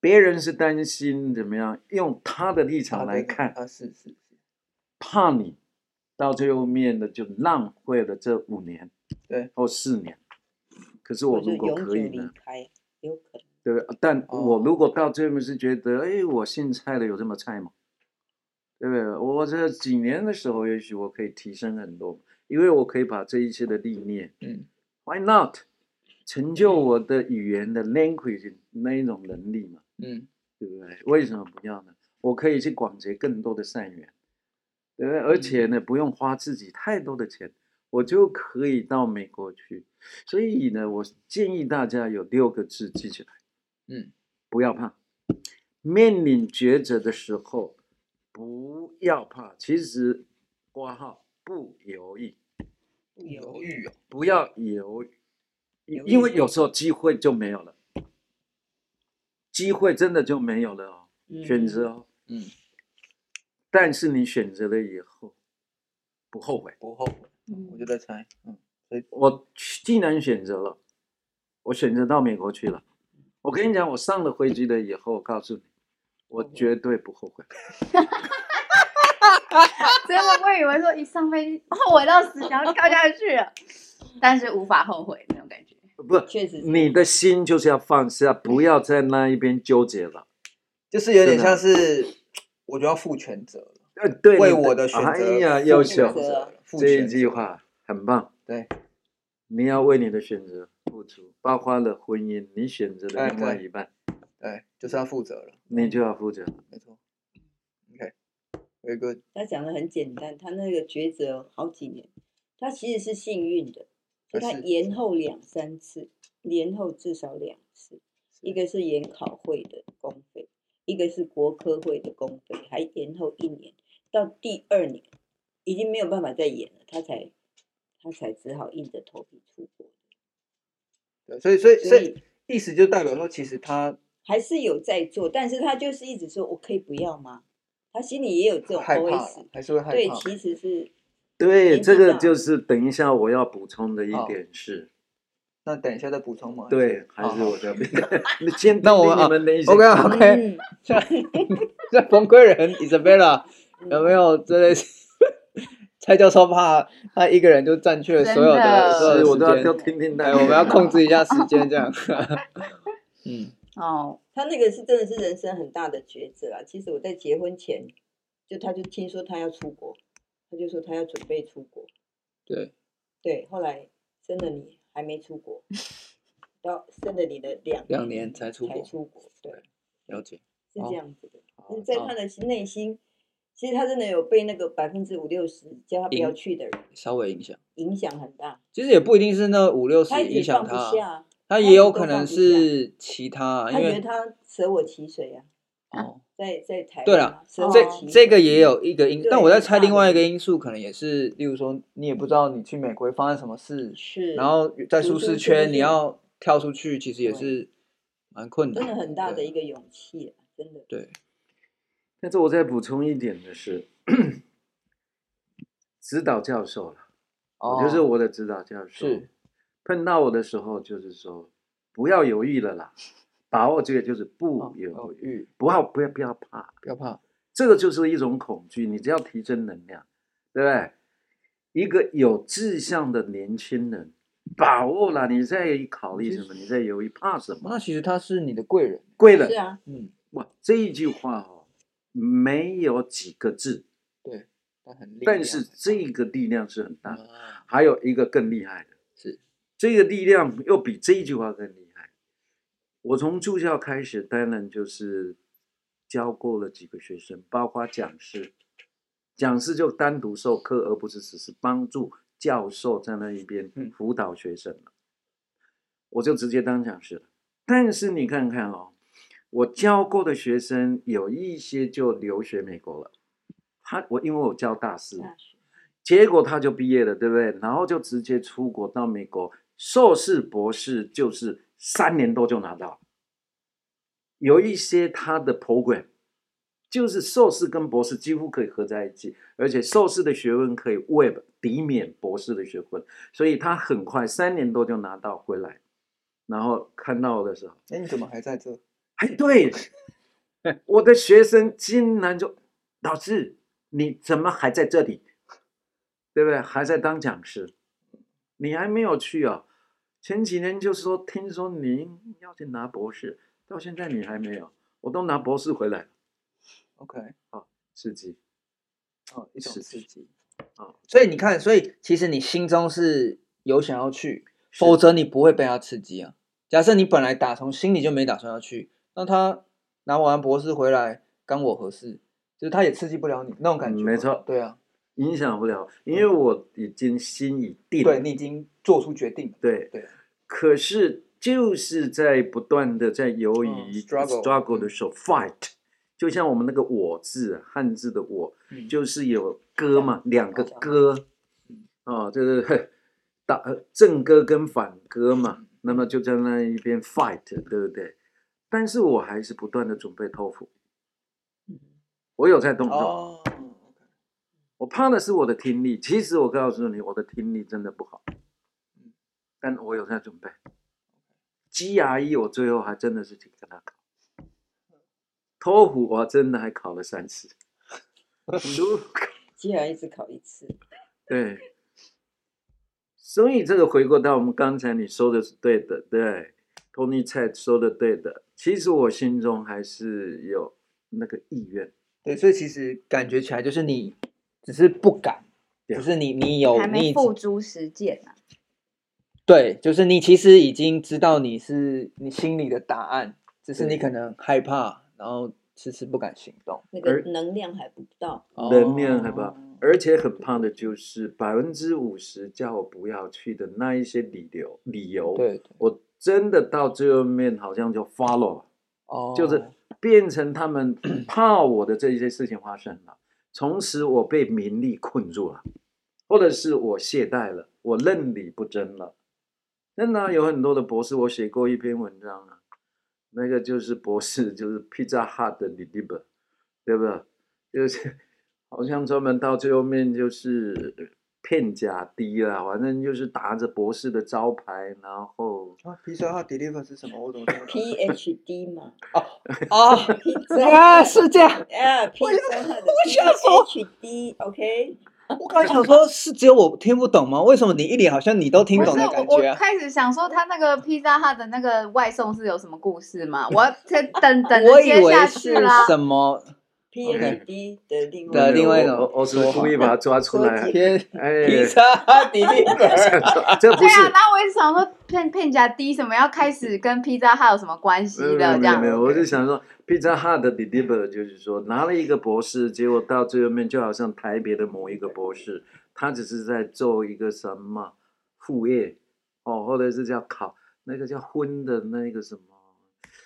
S4: 别人是担心怎么样，用他的立场
S1: 啊
S4: 来
S1: 对对
S4: 看，
S1: 啊，是是是，
S4: 怕你到最后面的就浪费了这五年，
S1: 对，
S4: 或四年。可是我
S2: 我就
S4: 如果
S2: 永久
S4: 可以
S2: 离
S4: 呢，
S2: 开，有可能。
S4: 对不对？但我
S1: 哦
S4: 如果到最后面是觉得，哎，我姓蔡的有这么菜吗？对不对？我这几年的时候，也许我可以提升很多，因为我可以把这一切的历练，
S1: 嗯
S4: ，Why not？成就我的语言的 language 那一种能力嘛，
S1: 嗯
S4: 对不对？为什么不要呢？我可以去广结更多的善缘，对不对？而且
S2: 嗯
S4: 呢，不用花自己太多的钱，我就可以到美国去。所以呢，我建议大家有六个字记起来，
S1: 嗯，
S4: 不要怕，面临抉择的时候不要怕。其实，挂号不犹豫，
S2: 不犹豫，
S1: 豫哦，
S4: 不要犹豫，
S2: 犹
S4: 因为
S2: 豫
S4: 有时候机会就没有了，机会真的就没有了哦。
S2: 嗯
S4: 选择哦，
S1: 嗯，
S4: 但是你选择了以后不后悔。
S1: 不后悔，我就在猜，嗯
S4: 我既然选择了，我选择到美国去了，我跟你讲，我上了飞机了以后，我告诉你，我绝对不后悔。
S3: 所以我会以为说一上飞机后悔到死，然后跳下去了，但是无法后悔那种感觉。
S4: 不，
S2: 确实是
S4: 你的心就是要放下，不要在那一边纠结了。
S1: 就是有点
S4: 真的
S1: 像是我就要负全责了，
S4: 呃，对，
S1: 为
S4: 你的
S1: 我的选择
S4: 哎呀，
S1: 负
S4: 优
S1: 全
S4: 秀
S1: 责，了，负
S4: 这一
S1: 全
S4: 句
S1: 责，
S4: 话很棒。
S1: 对，
S4: 你要为你的选择付出，包括了婚姻，你选择了
S1: 哎
S4: 另外
S1: 对
S4: 一半，
S1: 对，就是要负责了，
S4: 你就要负责。
S1: 没错，OK，very good，
S2: 他讲的很简单，他那个抉择好几年，他其实是幸运的，就
S1: 啊
S2: 他
S1: 是
S2: 延后两三次，延后至少两次，一个是研考会的公费，一个是国科会的公费，还延后一年，到第二年已经没有办法再延了，他才他才只好硬着头皮出国，
S1: 对，所以所以所
S2: 所以
S1: 以意思就代表说，其实他
S2: 还是有在做，但是他就是一直说我可以不要吗？他心里也有这种
S1: 害怕了
S2: OS，，
S1: 还是会害
S2: 对，
S1: 怕，
S2: 其实是
S4: 对，
S2: 年
S4: 这
S2: 纪
S4: 个
S2: 大
S4: 就是等一下我要补充的一
S1: 好
S4: 点是，
S1: 那等一下再补充嘛，
S4: 对，还
S1: 好
S4: 是
S1: 好
S4: 我这边。你先听
S1: 那我
S4: 听
S1: 啊
S4: 你们的一些
S1: OK
S4: 看法
S1: OK，
S2: 嗯
S1: 像 像冯贵人 Isabella
S2: 嗯
S1: 有没有这类似？蔡教授怕他一个人就占据了所有
S3: 真的
S1: 所
S4: 呃是
S1: 有
S4: 我都
S1: 的呃
S4: 要
S1: 时
S4: 都
S1: 间，
S4: 听听大
S1: 对，
S4: 家。
S1: 我们要控制一下时间，这样。 嗯，
S3: 哦，
S2: 他那个是真的是人生很大的抉择啊。其实我在结婚前，就他就听说他要出国，他就说他要准备出国。
S1: 对，
S2: 对，后来生了你还没出 国，到生了你的两
S1: 两年才出
S2: 才
S1: 国，
S2: 出国，对，
S1: 了解。
S2: 是
S1: 哦
S2: 这样子的。
S1: 好
S2: 是在
S1: 好
S2: 他的内心，其实他真的有被那个百分之五六十叫他不要
S1: 影
S2: 去的人
S1: 稍微影响，
S2: 影响很大，
S1: 其实也不一定是那五六十
S2: 他也
S1: 影响
S2: 放不下
S1: 他，
S2: 啊，
S1: 他
S2: 他
S1: 也
S2: 一
S1: 有
S2: 直
S1: 可
S2: 都
S1: 能
S2: 放不
S1: 是其他，因
S2: 他觉得
S1: 为
S2: 他舍我其谁啊，
S1: 哦，
S2: 在在台
S1: 对
S2: 湾
S1: 了
S2: 啊，舍我
S3: 哦
S1: 这
S2: 其
S1: 这
S2: 谁
S1: 个也有一个因，但
S2: 对
S1: 我在
S2: 很
S1: 猜
S2: 大
S1: 另
S2: 的
S1: 外一
S2: 影
S1: 个因素，可能也是，例如说你也不知道你去美国会发生什么事，
S2: 是，
S1: 然后在
S2: 读
S1: 舒
S2: 书
S1: 适
S2: 是
S1: 圈
S2: 不
S1: 你
S2: 是
S1: 要跳出去，其实也
S2: 对
S1: 是蛮困难
S2: 真
S1: 的，
S2: 的很大的
S1: 对
S2: 一个勇气、啊，真的。
S1: 对，
S4: 但是我再补充一点的是，指导教授了，我就是
S1: 哦
S4: 我的指导教授
S1: 是。
S4: 碰到我的时候，就是说不要犹豫了啦，把握这个就是不
S1: 哦
S4: 犹
S1: 哦
S4: 豫，
S1: 豫，
S4: 不要不要不要怕，
S1: 不要怕，
S4: 这个就是一种恐惧，你只要提升能量，对不对？一个有志向的年轻人，把握了你在考虑什么，你在犹豫怕什么？
S1: 那其实他是你的贵人，
S4: 贵了
S2: 是，啊，
S1: 嗯，
S4: 哇，这一句话哦，没有几个字，
S1: 对，他很厉害，
S4: 但是这个力量是很大的。
S1: 啊，
S4: 还有一个更厉害的
S1: 是，
S4: 这个力量又比这一句话更厉害。我从助教开始，当然就是教过了几个学生，包括讲师。讲师就单独授课，而不是只是帮助教授在那一边
S1: 嗯
S4: 辅导学生了。我就直接当讲师了。但是你看看哦，我教过的学生有一些就留学美国了。他我因为我教大四嘛，
S2: 大学
S4: 结果他就毕业了，对不对？然后就直接出国到美国，硕士、博士就是三年多就拿到了。有一些他的 program 就是硕士跟博士几乎可以合在一起，而且硕士的学问可以 web 抵免博士的学问，所以他很快三年多就拿到回来。然后看到我的时候，
S1: 哎，你怎么还在这？
S4: 哎，对，我的学生竟然就，老师，你怎么还在这里？对不对？还在当讲师，你还没有去啊？前几年就说听说您要去拿博士，到现在你还没有，我都拿博士回来了，
S1: OK，
S4: 刺激。
S1: 哦，一种
S4: 是
S1: 刺激，
S4: 哦
S1: 所以你看，所以其实你心中是有想要去，
S4: 是
S1: 否则你不会被他刺激啊。假设你本来打从心里就没打算要去，那他拿完博士回来刚我合适，就是他也刺激不了你那种感觉嘛。
S4: 嗯没错
S1: 对啊，
S4: 影响不了，因为我已经心已定了。
S1: 对你已经做出决定了。
S4: 对
S1: 对
S4: 可是就是在不断的在由
S1: 嗯
S4: 于
S1: ，struggle 嗯
S4: struggle 的时候 fight，就像我们那个我字啊，汉字的我，
S1: 嗯
S4: 就是有歌嘛，两个
S2: 好像
S4: 歌，哦，就是 打呃正歌跟反歌
S1: 嗯
S4: 嘛，那么就在那一边 fight，对不对？但是我还是不断的准备托福，我有在动作。
S1: 嗯哦，
S4: 我怕的是我的听力。其实我告诉你，我的听力真的不好，嗯但我有在准备。GRE 我最后还真的是去跟他考，托福我真的还考了三次。如
S2: 既然一直考一次，
S4: 对，所以这个回过到我们刚才你说的是对的，对，Tony 蔡说的对的。其实我心中还是有那个意愿，
S1: 对，所以其实感觉起来就是你只是不敢，
S4: 对
S1: 只是你你有
S3: 还
S1: 你
S3: 没
S1: 已
S3: 付
S1: 经
S3: 诸实践啊呢、
S1: 对，就是你其实已经知道你是你心里的答案，只是
S4: 对
S1: 你可能害怕，然后迟迟不敢行动。
S2: 那个
S4: 而
S2: 能量还不 到，
S4: 能量害怕
S1: 哦
S4: 而且很胖的就是百分之五十叫我不要去的那一些理由理由，
S1: 对对
S4: 我真的到最后面好像就 follow 了，
S1: 哦，
S4: 就是变成他们 怕我的这一些事情发生了，从此我被名利困住了，或者是我懈怠了，我认理不争了。真的啊、有很多的博士，我写过一篇文章啊，那个就是博士，就是 Pizza Hut 的 deliver，对不对？ 就是好像专门到最后面就是片价低啦，反正就是打着博士的招牌，然后
S1: 啊，披萨号 deliver 是什么？我怎么听不懂
S2: PhD 嘛，
S1: 啊啊，是这样。
S2: 啊，P 三号的 PhD，OK，
S1: 我刚想说，是只有我听不懂吗？为什么你一脸好像你都听
S3: 不
S1: 懂
S3: 是
S1: 的
S3: 我
S1: 感，觉
S3: 我
S1: 啊？
S3: 开始想说他那个披萨哈的那个外送是有什么故事吗？我要再等等
S1: 我
S3: 着
S1: 以
S3: 接
S1: 为
S3: 下
S1: 是
S3: 去啦。
S1: 什么
S2: PhD 的另
S1: 的
S2: 外
S1: 啊另外一种
S4: 我我我是故意把它抓出来
S2: 说，
S1: 天披
S4: 哎，
S1: 萨号 deliver？
S4: 这不
S3: 对
S4: 是
S3: 啊，然后我一直想说骗骗假低什么，要开始跟披萨哈有什么关系
S4: 没有
S3: 啊的这
S4: 没有
S3: 样
S4: 没。有，我就想说，Pizza Hut 的 deliver 就是说拿了一个博士，结果到最后面就好像台北的某一个博士，他只是在做一个什么副业哦，或者是叫烤那个叫荤的那个什么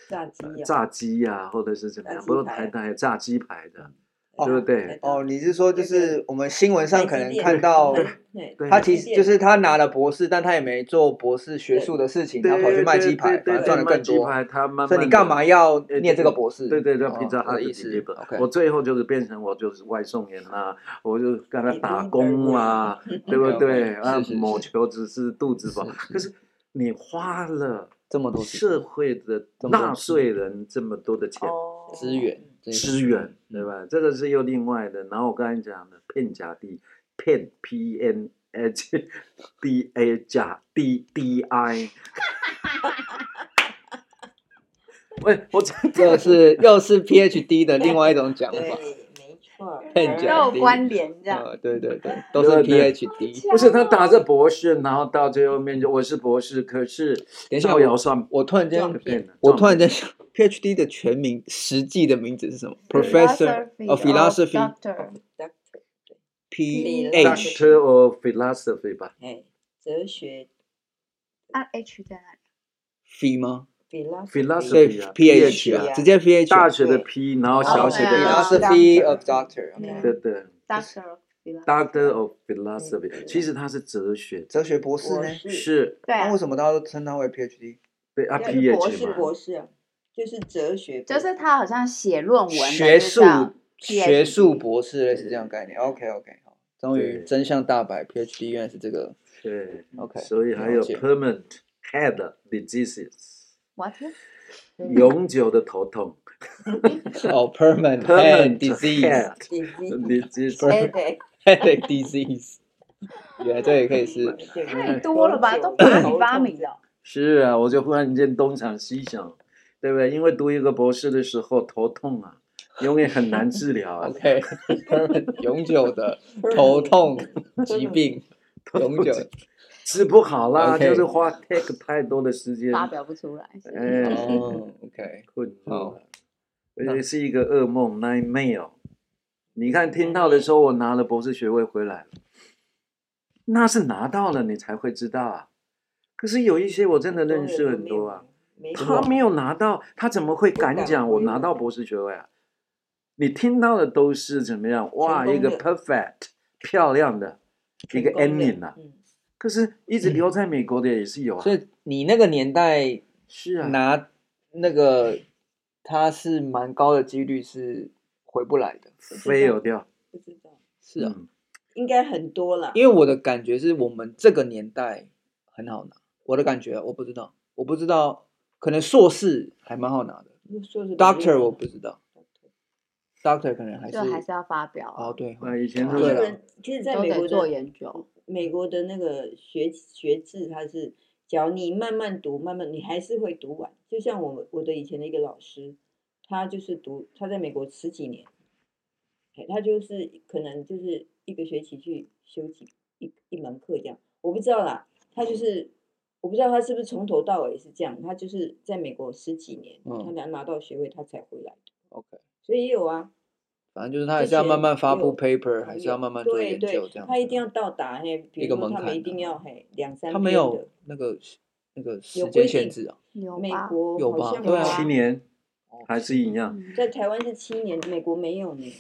S2: 炸鸡
S4: 呃
S2: 啊，
S4: 炸鸡呀、或者是怎么
S1: 呃
S4: 样，
S2: 炸鸡
S4: 不过
S1: 啊
S2: 排
S4: 台台炸鸡排的，
S1: 哦
S4: 对不对？
S1: 哦，你是说就是我们新闻上可能
S2: 台积电
S1: 看到
S2: 对对
S4: 对
S1: 他其实就是他拿了博士，但他也没做博士学术的事情，然后跑去卖鸡排，
S4: 对
S1: 反
S4: 对
S1: 而
S4: 对
S1: 赚的
S4: 卖
S1: 更
S4: 鸡
S1: 多。
S4: 排他慢慢
S1: 所以你干
S4: 地
S1: 嘛要
S4: 对
S1: 念这个博士？
S4: 对对对
S1: 哦
S4: ，Pizza
S1: 我
S4: Hut
S1: 的
S4: 的
S1: 意思
S4: deliver。
S1: OK，
S4: 我最后就是变成我就是外送员啦、我就跟他打 工啦、对不
S1: OK，OK，
S4: 对？
S1: 是
S4: 啊
S1: 是，是
S4: 某求只是肚子饱
S1: 是，
S4: 可是你花了
S1: 这么多时间
S4: 社会的
S1: 这么多
S4: 纳税人这么多的钱
S2: 哦
S1: 资源，这个
S4: 资源，对
S1: 嗯
S4: 吧？这个是又另外的。然后我刚才讲的片甲地片 P N H D A 甲 D D I。喂，我真的
S1: 又是又是 PhD 的另外一种讲
S2: 对
S1: 法，，
S2: 没错，
S1: 骗
S3: 都
S1: 假
S3: 有关联这样。
S1: 呃，对对对，都是
S4: 对对
S1: PhD。
S4: 不是他打着博士，然后到最后面就我是博士，可是
S1: 等一下
S4: 造谣算
S1: 我突然间，
S2: 撞骗
S4: 了
S1: 我突然间想，PhD 的全名实际的名字是什么？Professor of Philosophy
S3: 哦 Doctor
S2: Doctor，
S1: P H
S4: Doctor of Philosophy 吧，
S2: 哎，哲学
S3: 啊 H 在哪里？
S1: Phi 吗？所
S4: Philosophy
S2: ，philosophy，
S1: 以
S4: 啊
S1: PH
S2: PH 啊
S1: 啊，直接 PH
S4: 大学的 P，然后小写
S3: 对
S1: 哦
S3: 啊
S4: 的
S1: Philosophy of Doctor，
S2: 嗯
S1: OK
S4: 对对
S3: Doctor of Philosophy。
S4: ，Doctor of Philosophy，其实它是哲学，
S1: 哲学博士
S2: 我
S1: 呢？
S2: 是
S4: 是
S3: 对啊
S1: 那为，什么大家都称他为 PhD？
S4: 对啊
S2: 要是博
S4: PH
S2: 士
S4: 嘛
S2: 博，士啊，就是哲学博
S3: 就
S2: 士，
S3: 是他好像写论文的
S1: 学
S3: 就
S1: 术
S3: 叫 PhD
S1: 学术博士类似这样的概念。OK OK，好，终于
S4: 对
S1: 真相大白，PhD 原来是这个。
S4: 对，
S1: OK，
S4: 所以还有
S1: 了解
S4: permanent head diseases，
S3: What？
S4: 永久的头痛
S3: 嗯
S1: 哦，permanent head
S4: ，permanent
S1: disease
S4: head
S2: 弟弟，
S4: disease。
S2: 对哎对，
S1: headache disease，原来这也可以 是。
S2: 嗯
S3: 太多了吧，都不是你发明的。
S4: 是啊，我就忽然间东想西想，对不对？因为读一个博士的时候头痛啊，永远很难治 疗啊。
S1: OK，永久的头痛疾病，永久
S4: 治不好啦
S1: OK
S4: 就是花 take 太多的时间，
S3: 发表不出来。
S4: 哎，
S1: 哦，OK，
S4: 困住
S1: 好
S4: 了，而且是一个噩梦 nightmare。你看，听到的时候，我拿了博士学位回来了，那是拿到了你才会知道啊。可是有一些我真的认识很多啊，
S2: 没有，
S4: 他没有拿到，他怎么会敢讲我拿到博士学位啊？你听到的都是怎么样？哇，
S2: 成
S4: 一
S2: 功
S4: 个
S2: 的
S4: perfect 漂亮的一个 ending 啊。
S2: 嗯，
S4: 可是，一直留在美国的也是有啊。
S1: 所以你那个年代
S4: 是啊，
S1: 拿那个，他是蛮高的几率是回不来的。
S4: 非有掉。
S2: 不知道，
S1: 是啊，
S4: 嗯，
S2: 应该很多啦。
S1: 因为我的感觉是我们这个年代很好拿，我的感觉我不知道，我不知道，可能硕士还蛮好拿的
S2: 因为硕士本来就
S1: ，Doctor 我不知道，Doctor 可能还是
S3: 就还是要发表啊
S1: 哦，对，
S4: 那呃以前
S2: 很
S4: 都
S2: 多
S1: 对
S4: 是
S1: 了
S2: 人其实，在
S3: 都
S2: 美
S3: 得
S2: 国
S3: 做
S2: 的
S3: 研究。嗯
S2: 美国的那个学学制，它是只要你慢慢读，慢慢你还是会读完。就像我我的以前的一个老师，他就是读他在美国十几年，哎他就是可能就是一个学期去修几一一门课这样，我不知道啦，他就是。我不知道他是不是从头到尾是这样，他就是在美国十几年，
S1: 嗯
S2: 他拿拿到学位他才回来，
S1: OK，
S2: 所以也有啊，
S1: 反正就是他还是要
S2: 之前
S1: 慢慢发布
S2: 有
S1: paper，
S2: 朋
S1: 还是
S2: 友
S1: 要慢慢做研
S2: 对
S1: 究
S2: 对
S1: 这样子。
S2: 他一定要到达嘿，比
S1: 一个
S2: 如说
S1: 门
S2: 他
S1: 槛
S2: 们一
S1: 的
S2: 定要嘿两三
S1: 他没
S2: 篇
S1: 有
S2: 的
S1: 那个时那个时
S2: 有
S1: 间
S2: 规
S1: 限
S2: 定
S1: 制啊。
S3: 有
S2: 美
S3: 吧？
S2: 国
S1: 有吧
S2: 好像
S1: 对啊
S2: 有
S4: 七年还是一样，
S3: 嗯
S2: 在台湾是七年，美国没有呢。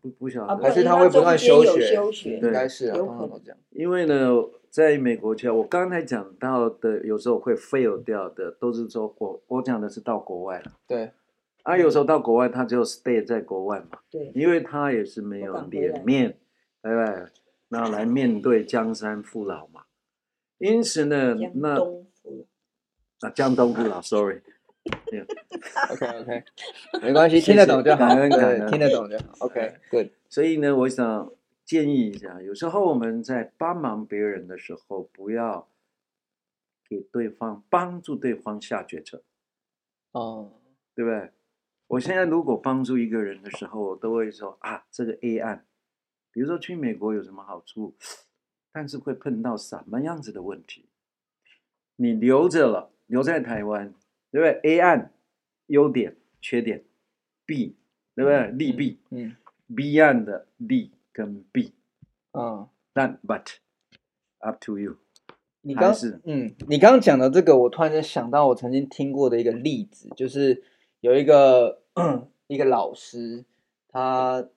S4: 不不晓
S2: 啊
S4: 得
S2: 不
S1: 还是他
S2: 因
S1: 会
S2: 为
S1: 不
S2: 他
S1: 断
S2: 中间
S1: 休
S2: 有
S1: 学，
S2: 休学
S1: 应该是啊，
S2: 有
S1: 通
S2: 可
S1: 常都
S2: 能
S1: 这样。
S4: 因为呢，在美国去啊，我刚才讲到的，有时候会 fail 掉的，都是说国，我讲的是到国外了。
S1: 对，
S4: 啊，有时候到国外，他就 stay 在国外嘛，
S2: 对，
S4: 因为他也是没有
S2: 不敢回来哎
S4: 脸面，对不对？那来面对江山父老嘛。因此呢，
S2: 江
S4: 那
S2: 东福
S4: 啊江东父老，sorry，
S1: OK OK，没关系，
S4: 谢谢
S1: 听得懂就好，
S4: 感恩感
S1: 对，
S4: 恩
S1: 听得懂就好。OK，Good，
S4: 所以呢，我想建议一下，有时候我们在帮忙别人的时候，不要给对方帮助对方下决策，
S1: 哦，
S4: 对不对？我现在如果帮助一个人的时候，我都会说啊，这个 A 案，比如说去美国有什么好处，但是会碰到什么样子的问题？你留着了，留在台湾，对不对？A 案优点、缺点，B，对不对？利弊
S1: 嗯
S4: ，B 案的利跟弊，
S1: 嗯，
S4: 但 but up to you，
S1: 你
S4: 还
S1: 刚
S4: 是
S1: 嗯，你刚刚讲的这个，我突然间想到我曾经听过的一个例子，就是有一个 一个老师，他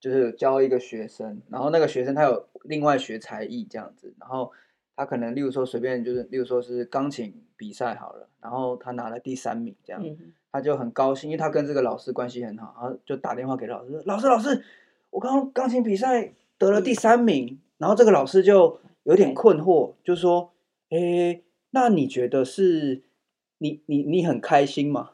S1: 就是教一个学生，然后那个学生他有另外学才艺这样子，然后他可能例如说随便就是例如说是钢琴比赛好了，然后他拿了第三名这样，
S2: 嗯，
S1: 他就很高兴，因为他跟这个老师关系很好，然后就打电话给老师，老师老师，我刚刚钢琴比赛得了第三名，然后这个老师就有点困惑，就说，诶，那你觉得是你你你很开心吗？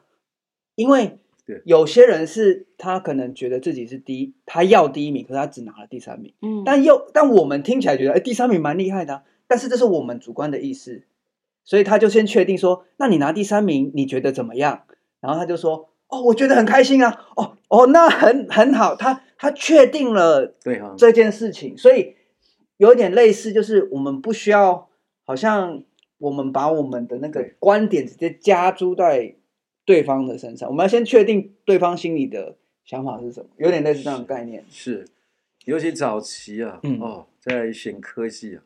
S1: 因为
S4: 对
S1: 有些人是他可能觉得自己是第一，他要第一名，可是他只拿了第三名，
S3: 嗯
S1: 但又但我们听起来觉得，哎，第三名蛮厉害的啊、但是这是我们主观的意识，所以他就先确定说，那你拿第三名，你觉得怎么样？然后他就说：“哦，我觉得很开心啊，哦哦，那很很好。他”他确定了
S4: 对哈，
S1: 这件事情，所以有点类似，就是我们不需要，好像我们把我们的那个
S4: 对
S1: 观点直接加诸在对方的身上，我们要先确定对方心里的想法是什么，有点类似这样的概念。
S4: 是，尤其早期啊，
S1: 嗯
S4: 哦，在选科系啊，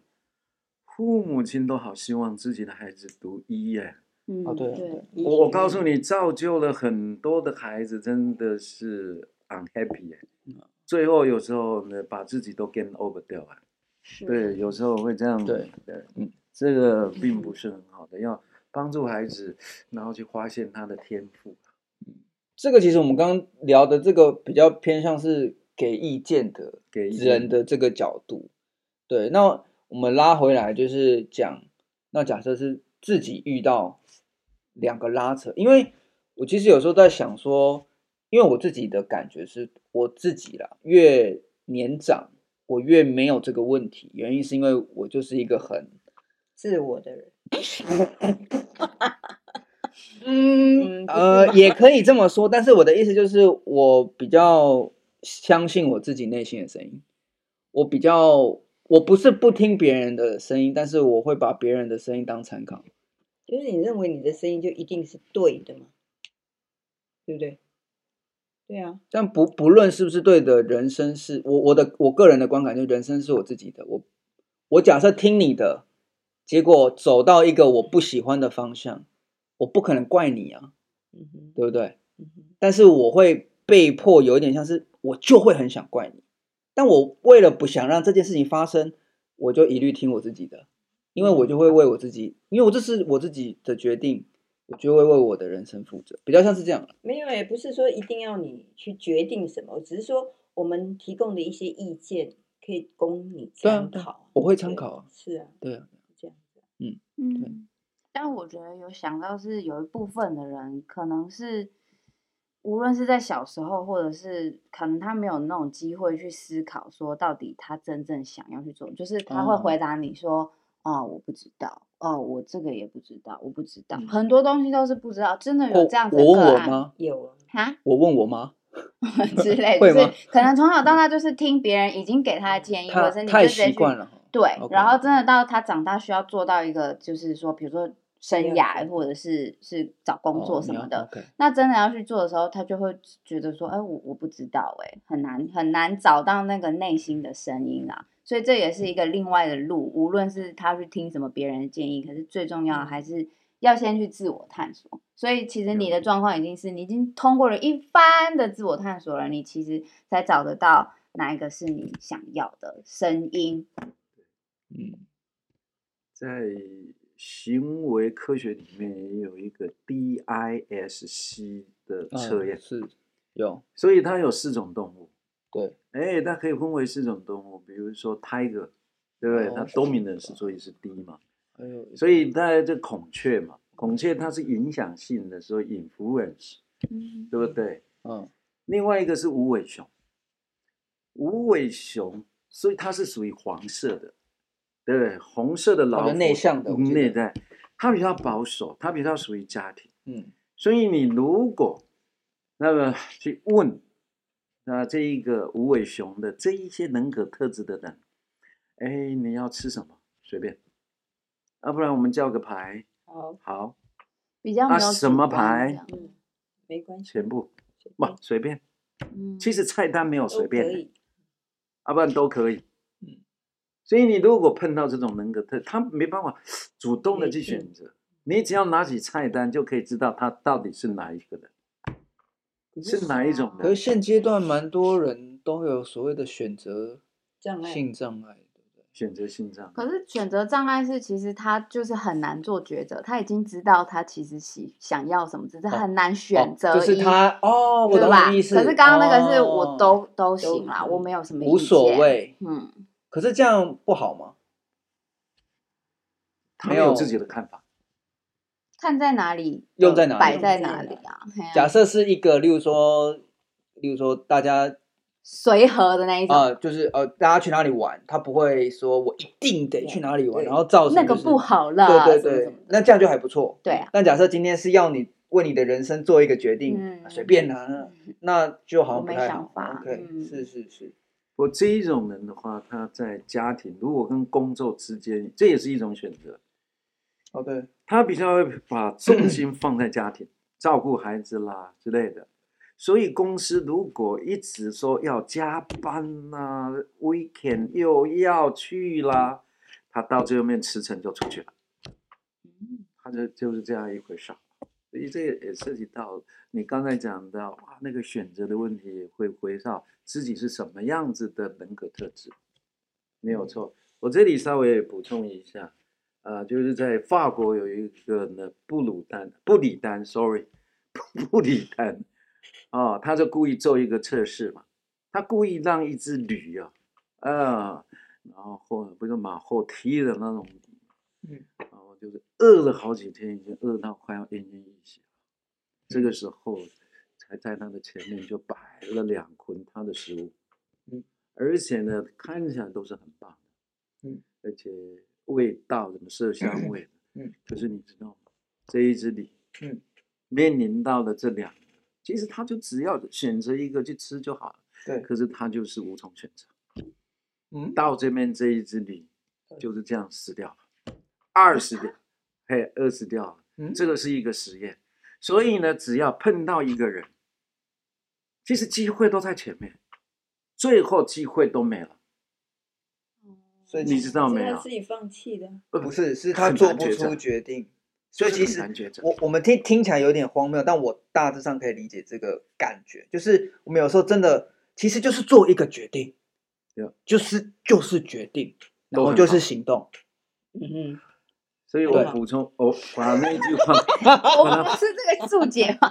S4: 父母亲都好希望自己的孩子读医耶。
S3: 嗯
S1: 哦对啊
S3: 对，
S2: 医
S4: 我我
S2: 学
S4: 告诉你，造就了很多的孩子，真的是 unhappy 耶
S1: 嗯。
S4: 最后有时候呢，把自己都 get over 掉啊。
S3: 是
S4: 对，有时候会这样。
S1: 对，嗯
S4: 嗯，这个并不是很好的，要帮助孩子，然后去发现他的天赋。
S1: 这个其实我们刚刚聊的这个比较偏向是给意见的
S4: 给意见
S1: 人的这个角度。对，那我们拉回来就是讲，那假设是自己遇到两个拉扯，因为我其实有时候在想说，因为我自己的感觉是我自己啦，越年长我越没有这个问题，原因是因为我就是一个很
S2: 自我的人，
S1: 嗯
S2: 嗯， 人，不是
S1: 呃
S2: 吗，
S1: 也可以这么说，但是我的意思就是，我比较相信我自己内心的声音。我比较，我不是不听别人的声音，但是我会把别人的声音当参考。
S2: 就是你认为你的声音就一定是对的嘛，对不对？对啊，
S1: 但不不论是不是对的，人生是我我的我个人的观感，就是人生是我自己的。我我假设听你的，结果走到一个我不喜欢的方向，我不可能怪你啊，
S2: 嗯哼，
S1: 对不对？
S2: 嗯哼，
S1: 但是我会被迫有一点像是我就会很想怪你，但我为了不想让这件事情发生，我就一律听我自己的，因为我就会为我自己，因为我这是我自己的决定，我就会为我的人生负责，比较像是这样。
S2: 没有，也欸不是说一定要你去决定什么，只是说我们提供的一些意见可以供你
S1: 对啊
S2: 参
S1: 对啊
S2: 考。
S1: 我会
S2: 对
S1: 参考啊
S2: 是啊，
S1: 对啊，
S2: 是这样子啊。
S3: 嗯，但我觉得有想到是有一部分的人，可能是无论是在小时候，或者是可能他没有那种机会去思考，说到底他真正想要去做，就是他会回答你说：“哦，我不知道，哦，我这个也不知道，我不知道，
S2: 嗯
S3: 很多东西都是不知道。”真的有
S1: 我
S3: 这样子的
S1: 我
S3: 个
S1: 问我
S3: 案
S1: 妈，
S2: 有啊，
S3: 哈
S1: 我问我妈，
S3: 之类，
S1: 会
S3: 就
S1: 吗
S3: 是可能从小到大就是听别人已经给他的建议，或
S1: 她
S3: 者是你就
S1: 太
S3: 直接
S1: 习
S3: 去
S1: 惯了哈。
S3: 对
S1: OK
S3: 然后真的到他长大需要做到一个，就是说，比如说生
S2: 没有
S3: 涯
S2: 错
S3: 或者是是找工作
S1: 啊哦
S3: 什
S1: 你
S3: 么
S1: 要
S3: 的，
S1: OK
S3: 那真的要去做的时候，他就会觉得说，哎，我我不知道、哎，很难很难找到那个内心的声音啊。所以这也是一个另外的路，无论是他去听什么别人的建议，可是最重要的还是要先去自我探索。所以其实你的状况已经是你已经通过了一番的自我探索了，你其实才找得到哪一个是你想要的声音。
S1: 嗯，
S4: 在行为科学里面也有一个 DISC 的测
S1: 嗯
S4: 验，
S1: 是有
S4: 所以它有四种动物。
S1: 对
S4: 哎，它可以分为四种动物，比如说 tiger，对不对？它
S1: 哦
S4: dominant 是所以是 D 嘛，
S1: 哎呦，
S4: 所以它这孔雀嘛，孔雀它是影响性的，所以 influence，
S3: 嗯，
S4: 对不对？
S1: 嗯
S4: 另外一个是无尾熊，无尾熊，所以它是属于黄色的，对不对？红色的老
S1: 好
S4: 虎嗯
S1: 像内向的我记得
S4: 内在，它比较保守，它比较属于家庭。
S1: 嗯
S4: 所以你如果那么去问，那这一个无尾熊的这一些人格特质的人，哎，你要吃什么？随便，要、不然我们叫个牌，
S2: 好，
S4: 好，
S3: 比较没
S4: 啊
S3: 有
S4: 什
S3: 主
S4: 么
S3: 观
S4: 牌
S3: 这样
S2: 嗯，没关系，
S4: 全部
S2: 随
S4: 不
S2: 便
S4: 随便。
S3: 嗯，
S4: 其实菜单没有随
S2: 都
S4: 便
S2: 可
S1: 哦
S4: 的，
S2: 以。
S4: 要、啊不然都可以。
S1: 嗯
S4: 所以你如果碰到这种人格特，他没办法主动的
S2: 没
S4: 去
S2: 错
S4: 选择，你只要拿起菜单就可以知道他到底是哪一个人，是哪一种
S1: 可是
S4: 人。
S1: 现阶段蛮多人都有所谓的选择
S2: 障碍
S1: 性障碍，对不对？
S4: 选择性障碍。
S3: 可是选择障碍是，其实他就是很难做抉择，他已经知道他其实喜想要什么，只是
S1: 哦
S3: 很难
S1: 哦
S3: 选择一、
S1: 就是他哦，我
S3: 对
S1: 懂
S3: 吧？
S1: 你意思。
S3: 可是刚刚那个是我
S1: 哦
S3: 都、都行
S2: 行
S3: 啦，
S2: 啦
S3: 我没有什么
S1: 无
S3: 意
S1: 所
S3: 见，
S1: 谓，
S3: 嗯，
S1: 可是这样不好吗？
S4: 他
S1: 没
S4: 们有
S1: 有
S4: 自己的看法。
S3: 看在哪里，
S1: 用
S3: 呃
S1: 在哪
S3: 摆
S1: 里
S3: 在
S2: 用在
S3: 哪
S2: 哪
S3: 里
S2: 里
S3: 啊？嘿啊
S1: 假设是一个，例如说，例如说大家
S3: 随和的那一种，
S1: 啊、就是呃，大家去哪里玩，他不会说我一定得去哪里玩，
S2: 对
S1: 然后造成、
S3: 那
S1: 就是、
S3: 个不 好了，
S1: 对对
S3: 什么
S1: 对
S3: 什么，的
S1: 那这样就还不错。
S3: 对啊，
S1: 但假设今天是要你为你的人生做一个决定，啊
S3: 嗯
S1: 随便拿、那那就好像
S3: 我
S1: 不
S3: 没
S1: 太
S3: 想
S1: 好。
S3: 法
S1: OK，、
S3: 嗯
S1: 是是是，
S4: 我这一种人的话，他在家庭如果跟工作之间，这也是一种选择。
S1: 哦对，
S4: 他比较会把重心放在家庭，照顾孩子啦之类的。所以公司如果一直说要加班啦、w e e k e n d 又要去啦，他到最后面辞呈就出去了。他就就是这样一回事儿。所以这也也涉及到你刚才讲的哇，那个选择的问题，会回到自己是什么样子的人格特质，没有错。我这里稍微补充一下，呃，就是在法国有一个呢布鲁丹布里丹，sorry，布 里丹，哦，他就故意做一个测试嘛，他故意让一只驴啊，啊、然后后不是马后踢的那种然后就是饿了好几天，已经饿到快要奄奄一息了。这个时候，才在他的前面就摆了两捆他的食物，
S1: 嗯，
S4: 而且呢，看起来都是很棒的，
S1: 嗯，，
S4: 而且味道什么麝香味
S1: 嗯，
S4: 可是你知道吗？这一只梨，
S1: 嗯，
S4: 面临到的这两个，其实他就只要选择一个去吃就好了，
S1: 对，
S4: 可是他就是无从选择。
S1: 嗯，
S4: 到这边这一只驴
S1: 呃
S4: 就是这样死掉了，二十掉，嘿，饿死掉了。
S1: 嗯
S4: 这个是一个实验，所以呢，只要碰到一个人，其实机会都在前面，最后机会都没了，
S1: 所以
S4: 你
S1: 其
S4: 知
S1: 实
S4: 道
S2: 是
S4: 没
S2: 他
S4: 有
S2: 自？己放弃 的。
S1: 不
S4: 呃
S1: 是，是他
S4: 很
S1: 做
S4: 难
S1: 不
S4: 抉择
S1: 出决定，所
S4: 就
S1: 以其
S4: 是很
S1: 实
S4: 难抉择。
S1: 我我们听听起来有点荒谬，但我大致上可以理解这个感觉，就是我们有时候真的其实就是做一个决定
S4: Yeah，
S1: 就是就是决定，然
S4: 啊都
S1: 后
S4: 很
S1: 就
S4: 好
S1: 是行动。
S2: 嗯嗯，
S4: 所以我
S1: 对
S4: 补充，我把那句话
S3: 我 们不是这个注解嘛？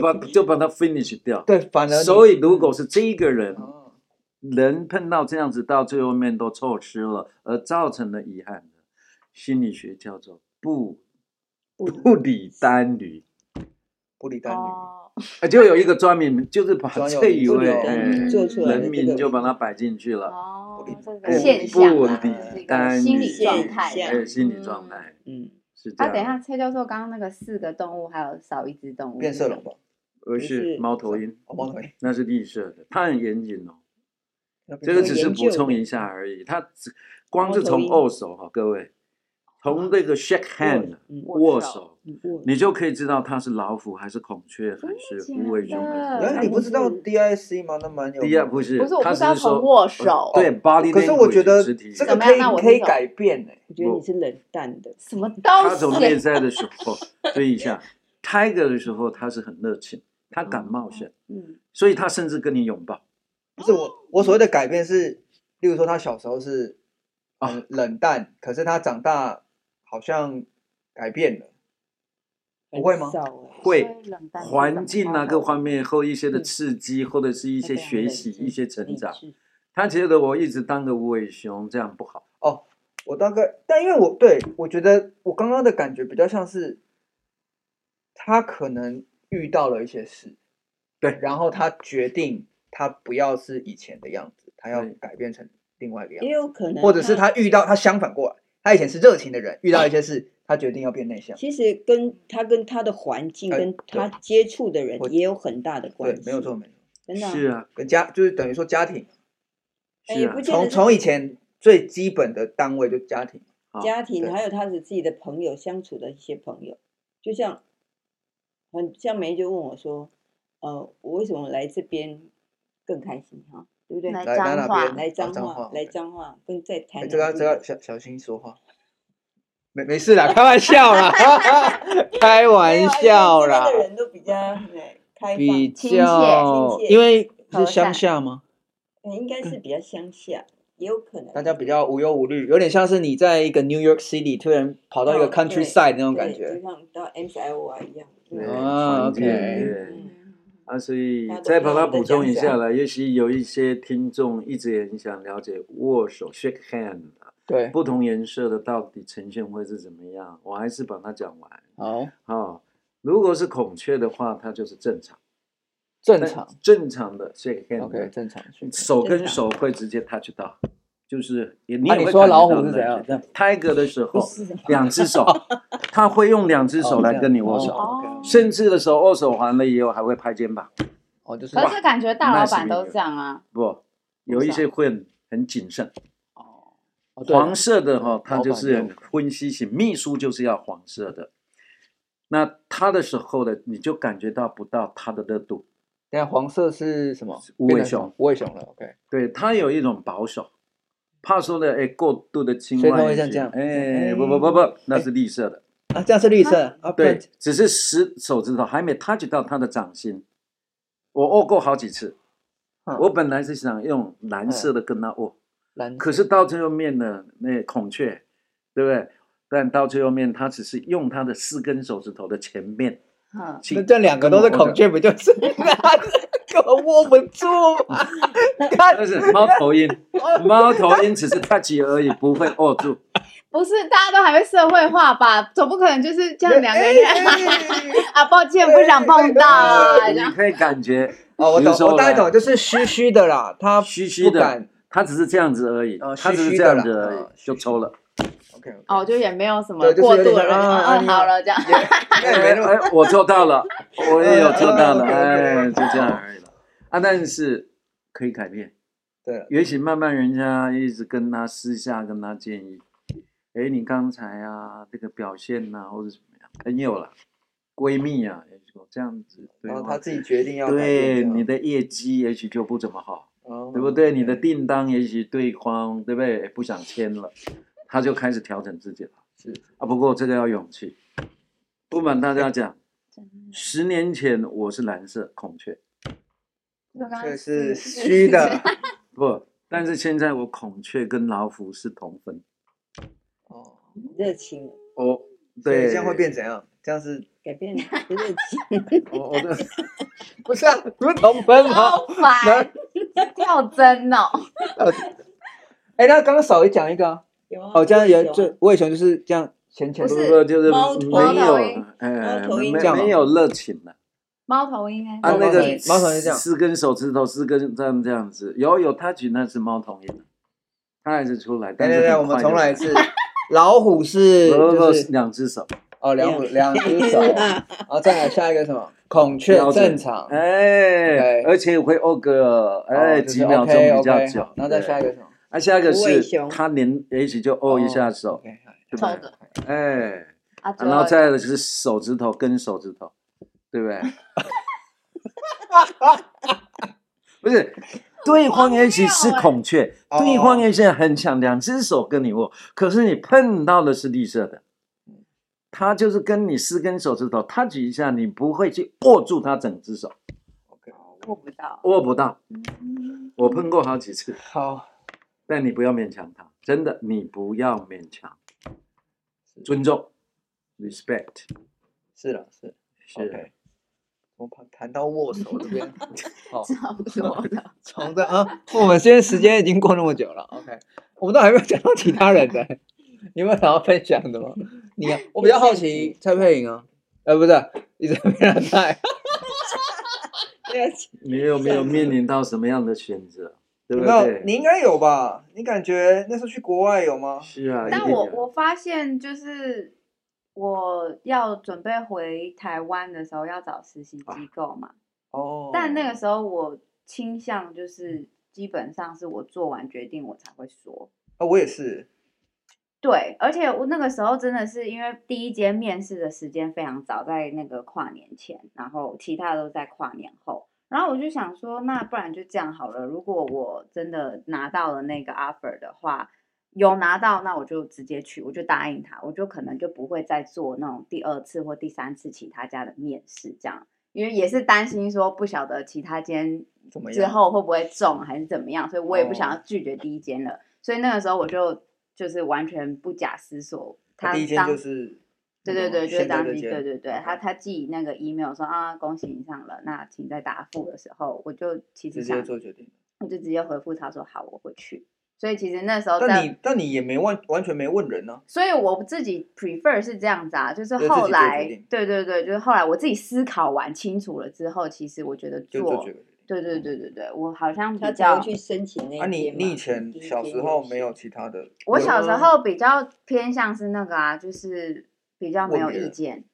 S4: 把就把它 finish 掉。
S1: 对，反而你
S4: 所以如果是这个人
S1: 哦
S4: 人碰到这样子，到最后面都错失了，而造成了遗憾的，心理学叫做不
S2: 不
S4: 不理单驴，
S1: 不理单女，
S3: 哦，
S4: 啊，就有一个专门就是把
S1: 专有
S4: 这
S1: 名
S4: 一
S1: 词
S4: 位
S1: 对
S4: 哎
S2: 做出来的
S4: 人
S2: 这
S4: 名
S2: 个
S4: 就把它摆进去 了，
S3: 哦
S1: 不理，
S3: 这
S4: 不
S3: 个现象啊，
S4: 不理
S3: 这是一
S4: 单
S3: 个心理
S4: 女
S3: 状态
S2: 现
S3: 啊。
S4: 哎，
S2: 象
S4: 心理状态
S2: 嗯，
S4: 是这
S3: 啊，等一
S4: 样
S3: 下，
S4: 的，
S3: 蔡教授刚刚那个四个动物还有少一只动物
S1: 变
S3: 是
S1: 色
S3: 什
S1: 龙
S3: 么
S1: 吧？哦
S4: 而是
S2: 是
S4: 猫头鹰，
S1: 我忘了，
S4: 那是绿色的，它很严谨哦。
S1: 要变
S4: 这个
S1: 色龙
S4: 只是
S2: 研
S4: 补
S2: 究
S4: 充
S2: 的
S4: 一下而已。它只光
S2: 猫
S4: 是
S2: 头
S4: 从
S2: 鹰
S4: 握手哈，各位，从这个 shake
S2: 握
S4: hand
S2: 嗯
S4: 握
S3: 握
S4: 手，
S2: 嗯握
S4: 你就可以知道它是老虎还是孔雀还是无尾熊
S1: 原
S4: 还是
S3: 假的
S4: 什
S1: 来
S4: 么。
S1: 哎你不知道
S2: 嗯
S1: DIC 吗？那蛮有名
S4: 第
S1: 的
S4: 二不是，
S3: 不是我
S4: 它
S3: 不
S4: 只
S3: 知道
S4: 是
S3: 从
S4: 说呃
S3: 握手
S4: 对 body language，
S1: 哦可是我觉得
S4: 肢体语
S1: 这个
S3: 怎么
S1: 可
S3: 样
S1: 以
S3: 那我
S1: 可以
S3: 听懂
S1: 改变欸呢、
S2: 我觉得
S4: 我
S2: 你是冷淡的，
S3: 什么
S4: 他
S3: 都
S4: 从内
S3: 是
S4: 在的时候对一下，Tiger 的时候他是很热情，他敢冒险，
S2: 嗯，
S4: 所以他甚至跟你拥抱
S1: 不是我我所谓的改变是，例如说他小时候是
S4: 啊
S1: 啊冷淡，可是他长大好像改变了，不会吗
S2: 很少哎
S4: 会。
S3: 冷淡
S4: 环境啊，各方
S3: 面
S4: 面或一些的
S2: 嗯
S4: 刺激，或者是一些
S2: 会非常
S4: 学
S2: 冷
S4: 习、
S2: 静
S4: 一些成
S2: 理
S4: 长，
S2: 智
S4: 他觉得我一直当个无尾熊这样不好。
S1: 我大概，但因为我对我觉得我刚刚的感觉比较像是，他可能遇到了一些事，
S4: 对
S1: 然后他决定他不要是以前的样子，他要
S4: 对
S1: 改变成另外一个样
S2: 也
S1: 子，
S2: 有可能，
S1: 或者是他遇到他相反过来，他以前是热情的人，遇到一些事，他决定要变内向。
S2: 其实跟他跟他的环境、
S1: 哎
S2: 跟他
S1: 对
S2: 接触的人
S1: 我
S2: 也有很大的
S1: 对
S2: 关系，，
S1: 没有错，，没有错，
S2: 真的啊
S4: 是啊，
S1: 跟家就是等于说家庭，
S2: 哎
S4: 是啊
S2: 不，见得
S1: 从
S2: 是
S1: 从以前最基本的单位就家庭。
S4: 好
S2: 家
S1: 啊对
S2: 庭还有他的自己的朋友相处的一些朋友，就像很像梅就问我说，呃，我为什么来这边更开心哈、对不对？
S3: 来
S1: 来来
S3: 彰
S1: 那
S3: 化
S1: 边
S2: 来彰
S1: 啊彰化
S2: 化，来
S1: 对
S2: 彰化，跟在
S1: 哎
S2: 台南
S1: 这个要
S2: 不
S1: 这个
S2: 一样
S1: 要小小心说话，没没事啦，开玩笑 啦，开
S2: 没有
S1: 玩
S2: 啊因为
S1: 笑
S2: 这边
S1: 啦，
S2: 的人都 比较哎开放，
S1: 比
S3: 亲切较
S1: 较
S2: 亲切
S1: 因为
S3: 和
S1: 是乡
S3: 善
S1: 下吗？
S2: 哎应该是比较乡下，也有可能
S1: 大家比较无忧无虑，有点像是你在一个 New York City 突然跑到一个
S2: 哦
S1: countryside 那
S2: 那
S1: 种感
S2: 就
S1: 觉，
S2: 像到 M S L Y 一样，嗯
S4: 对
S2: 对
S1: 啊
S4: 环境
S1: OK
S4: 对
S2: 嗯
S4: 啊，所以
S2: 大家都
S4: 再
S2: 不知
S4: 把
S2: 道
S4: 它
S2: 我在
S4: 补充
S2: 讲
S4: 一
S2: 啥
S4: 下了。也许有一些听众一直也很想了解握手 （shake hand） 啊
S1: 对，
S4: 不同颜色的到底呈现会是怎么样，我还是把它讲完。
S1: 好
S4: 哦，如果是孔雀的话，它就是正常，
S1: 正
S4: 但
S1: 常
S4: 正常的 shake hand
S1: ，OK
S4: 的
S1: 正常。
S4: 手跟
S2: 正常
S4: 手会直接 touch 到，就是也你
S1: 那
S4: 也
S1: 啊你
S4: 会
S1: 说
S4: 感觉
S1: 老
S4: 到
S1: 虎是
S4: 那
S1: 怎样？哦这样
S4: ？Tiger 的时候
S2: 不，是啊
S4: 两只手，他会用两只
S1: 哦
S4: 手
S1: 这
S4: 来
S1: 样
S4: 跟你握
S1: 哦
S4: 手，
S1: ，OK，OK
S3: 哦
S4: 甚至的时候握手完了以后还会拍肩膀，
S1: 哦就是
S3: 可是感觉大老
S4: Nice
S3: 板
S4: meeting
S3: 都
S4: you
S3: 这样啊。
S4: 不，有一些会很很谨慎。
S3: 哦，
S1: 哦对
S4: 黄色的哈、
S1: 对
S4: 它
S1: 老
S4: 就
S1: 板
S4: 是
S1: 要
S4: 很分析型，秘书就是要黄色的。那他的时候呢，你就感觉到不到他的热度，
S1: 等一下黄色是什么？
S4: 无
S1: 变
S4: 尾
S1: 成什么
S4: 熊，
S1: 无尾熊了，OK。
S4: 对他有一种保守，怕说的哎过度的青
S1: 所以它
S4: 睐
S1: 会
S4: 一
S1: 像
S4: 些
S1: 这样
S4: 哎
S1: 哎
S4: 不不不不，那是绿色的，
S1: 啊，这样是绿色啊，不然
S4: 对，只是十手指头还没 touch 到他的掌心，我握过好几次，
S1: 嗯
S4: 我本来是想用蓝色的跟他握，
S1: 蓝
S4: 可
S1: 色
S4: 是到最后面呢，那孔雀，对不对？但到最后面，它只是用它的四根手指头的前面
S3: 嗯，
S4: 去
S1: 那这两个都是孔雀，不就是 根本握不住吗？看
S4: 但是猫头 鹰，猫头鹰只是 touch 而已，不会握 住。
S3: 不是，大家都还会社会化吧？总不可能就是这样两个
S1: 哎
S3: 人 啊，抱歉，不想碰到啊，这
S4: 你
S3: 样
S4: 可以感觉
S1: 哦，我
S4: 比如
S1: 懂，
S4: 说
S1: 我大概
S4: 啦
S1: 懂，就是虚虚的啦，他
S4: 虚虚
S1: 不
S4: 的
S1: 敢，
S4: 它只是这样子而已，
S1: 哦
S4: 它只
S1: 虚
S4: 是
S1: 虚
S4: 这
S1: 的
S4: 样
S1: 啦
S4: 子而已
S1: 哦，
S4: 就抽了。
S1: OK，
S3: 哦，就也没有什么
S1: 对就是
S3: 过
S1: 有
S3: 度
S1: 点
S3: 的
S1: 像
S3: 人，
S1: 啊啊
S3: 哦，
S1: 你
S3: 好了这样。
S1: 也也没那么
S4: 哎，我做到了，我也有做到了，
S1: 哎哎
S4: 哎，
S1: ，OK，OK
S4: 就这样而已了。啊，但是可以改变，
S1: 对了，
S4: 也许慢慢人家一直跟他私下跟他建议，哎，你刚才啊这个表现呐、或者怎么样，哎朋友啦，闺蜜啊，也许我这样子对
S1: 然后
S4: 话
S1: 哦他自己决定要改变
S4: 对
S1: 这样
S4: 你的业绩也许就不怎么好，
S1: 哦
S4: 对不对？你的订单也许对方对不对哎不想签了，他就开始调整自己了。
S1: 是
S4: 啊，不过这个要勇气。不瞒大家讲，
S3: 真的
S4: 十年前我是蓝色孔雀，
S3: 就刚
S1: 这
S3: 刚
S1: 个是虚 的，
S4: 不，但是现在我孔雀跟老虎是同分。
S1: 哦，
S2: 热情
S4: 哦，
S1: 所以
S4: 对，
S1: 这样会变怎样？这样是
S2: 改变了热情。
S4: 我我的
S1: 不是啊？不是同 分吗？
S3: 超烦，跳针哦，
S1: 哎，那刚刚少一讲一个啊，
S2: 有啊
S1: 哦，这样
S2: 有
S1: 也就魏雄就是这样浅浅
S3: 不
S4: 不
S1: 的
S3: 是
S4: 不就是
S2: 猫头
S4: 没有
S3: 鹰
S4: 哎
S2: 猫头
S4: 没
S2: 鹰
S1: 这样
S4: 没有热情了。
S3: 猫头鹰哎，
S4: 啊，
S1: 猫
S4: 那
S1: 头
S4: 个
S1: 鹰猫头鹰是这样
S4: 四根手指头，四根这样这样子。有有，他举那只猫头鹰，他还是出来，
S1: 对
S4: 但
S1: 对
S4: 是
S1: 对，我
S4: 很
S1: 们
S4: 快就
S1: 重来一
S4: 来
S1: 次。 老虎是
S4: 不不不
S1: 就是
S4: 两只手，
S1: 哦，两虎两只手，然后再来下一个什么？孔雀
S4: 标准
S1: 正常，
S4: 哎
S1: OK，
S4: 而且会哦个哎
S1: 哦就是
S4: 几秒钟比较
S1: OK，OK，
S4: 久
S1: 好，然后再下一
S4: 个，
S1: 个什么？
S4: 啊下一个
S2: 无尾
S4: 是
S2: 熊
S4: 他连也许就哦一下手，
S1: OK，好
S4: 对不
S3: 抽
S4: 对？
S3: 着
S4: 哎，
S3: 啊，最
S4: 然后
S3: 后
S4: 再来的就是手指头跟手指头，对 不对？不是，对方也许是孔雀，
S1: 哦
S2: 啊
S4: 对方也许很强，两只手跟你握，可是你碰到的是绿色的，它就是跟你四根手指头，它举一下，你不会去握住它整只手，
S3: 握不到，
S4: 握不到。我碰过好几次，
S1: 好，
S4: 但你不要勉强他，真的，你不要勉强，尊重，respect，
S1: 是了，是
S4: 是啊
S1: OK。我们谈到握手这边，好，
S3: 差不多了。
S1: 从这啊，我们现在时间已经过那么久了，OK，我们都还没有讲到其他人的，你有没有想要分享的吗？你啊，我比较好奇蔡佩颖啊，呃，不是，你在边上蔡，
S2: 热情
S4: 你有没有面临到什么样的选择，对
S1: 有
S4: 不
S1: 没有？你
S4: 对？
S1: 应该有吧？你感觉那时候去国外有吗？
S4: 是啊，一
S3: 但
S4: 定
S3: 我
S4: 有
S3: 我发现就是我要准备回台湾的时候要找实习机构嘛，
S1: 哦，
S3: 但那个时候我倾向就是基本上是我做完决定我才会说。
S1: 啊，我也是，
S3: 对，而且我那个时候真的是因为第一间面试的时间非常早，在那个跨年前，然后其他都在跨年后。然后我就想说，那不然就这样好了。如果我真的拿到了那个 offer 的话，有拿到，那我就直接去，我就答应他，我就可能就不会再做那种第二次或第三次其他家的面试这样，因为也是担心说不晓得其他间
S1: 怎么样？
S3: 之后会不会中还是怎么样，所以我也不想
S1: 哦
S3: 要拒绝第一间了。所以那个时候我就就是完全不假思索，
S1: 他
S3: 他
S1: 第一间
S3: 当
S1: 就是那种
S3: 对对对，就是
S1: 选择
S3: 当
S1: 这
S3: 时
S1: 间
S3: 对对对，
S1: OK
S3: 他他寄那个 email 说啊恭喜你上了，那请在答复的时候，我就其实
S1: 直
S3: 想
S1: 接做决定。
S3: 我就直接回复他说好，我会去。所以其实那时候
S1: 但
S3: 在
S1: 你，但你也没问，完全没问人呢、
S3: 所以我自己 prefer 是这样子啊，就是
S1: 对自己
S3: 后
S1: 做决
S3: 来
S1: 定
S3: 对对对，就是后来我自己思考完清楚了之后，其实我觉得
S1: 就
S3: 做
S1: 做决定。嗯
S3: 对对对对对，我好像
S2: 他
S3: 比
S2: 才
S3: 较
S2: 会去申请那
S1: 啊你，
S2: 间
S1: 你
S2: 嘛
S1: 以前
S2: 第一
S1: 小
S2: 间
S1: 时
S2: 就
S1: 候
S2: 是
S1: 没有其他的，
S3: 我
S1: 有
S3: 小时
S1: 吗
S3: 候比较偏向是那个啊，就是比较没
S1: 问
S3: 有
S1: 别
S3: 意
S1: 人
S3: 见，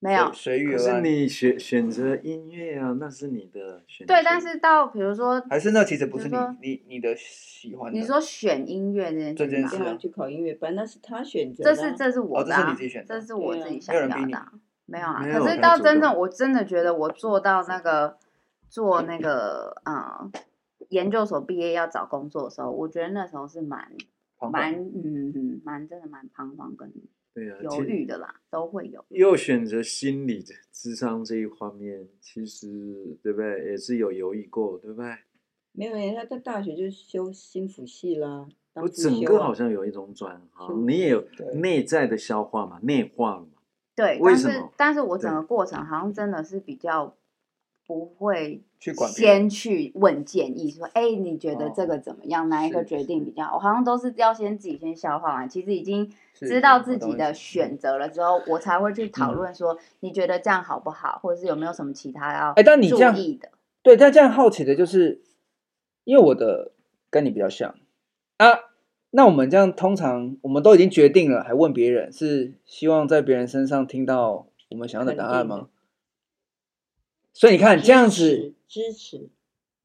S3: 没有
S1: 随遇
S4: 可
S1: 而
S4: 是
S1: 安。
S4: 你选选择音乐啊，那是你的选择。
S3: 对，但是到比如说
S1: 还是那其实不
S3: 比
S1: 是
S3: 如
S1: 你
S3: 说
S1: 你你的喜欢的，
S3: 你说选音乐这
S1: 这
S3: 件
S1: 件
S3: 事
S1: 事
S3: 情
S2: 让
S1: 啊
S3: 吧，
S2: 他去考音乐班，那是他选择的
S3: 这
S2: 啊。
S3: 是这是我
S1: 哦这
S3: 的
S1: 是
S3: 啊，
S1: 你自己选
S3: 这
S1: 的
S3: 是我
S2: 对
S3: 自己
S2: 啊
S3: 想
S1: 没有
S3: 要
S1: 人逼你
S3: 的啊，没有啊。
S4: 没有
S3: 可是
S4: 他
S3: 到
S4: 主
S3: 真正
S4: 动
S3: 我真的觉得我做到那个做那个啊、呃研究所毕业要找工作的时候，我觉得那时候是蛮
S1: 彷徨
S3: 蛮嗯嗯蛮真的蛮彷徨跟
S4: 对啊，
S3: 犹
S4: 其
S3: 豫的啦，都会有。
S4: 又选择心理的智商这一方面，其实对不对，也是有犹豫过，对不对？
S2: 没有人家在大学就修心辅系啦，当
S4: 我
S2: 辅
S4: 整
S2: 修
S4: 个
S2: 啊
S4: 好像有一种转
S2: 修
S4: 行，你也有
S1: 对
S4: 内在的消化嘛，内化了嘛。
S3: 对，
S4: 为
S3: 但
S4: 什
S3: 是
S4: 么
S3: 但是我整
S4: 对
S3: 个过程好像真的是比较不会
S1: 去管别人
S3: 先去问建议，说哎，你觉得这
S1: 哦
S3: 个怎么样？哪一个
S4: 是
S3: 决
S4: 是
S3: 定比较好？我好像都是要先自己先消化完，其实已经
S1: 是
S3: 知道
S1: 我
S3: 自
S1: 懂
S3: 己
S1: 意
S3: 的
S1: 思
S3: 选择了之后，我才会去讨
S4: 嗯
S3: 论说你觉得这样好不好，或者是有没有什么其他要
S1: 哎但你这样
S3: 注意的。
S1: 对，但这样好奇的就是，因为我的跟你比较像啊，那我们这样通常我们都已经决定了，还问别人，是希望在别人身上听到我们想要的答案
S2: 肯定
S1: 吗？所以你看
S2: 支
S1: 这样子，
S2: 持支持，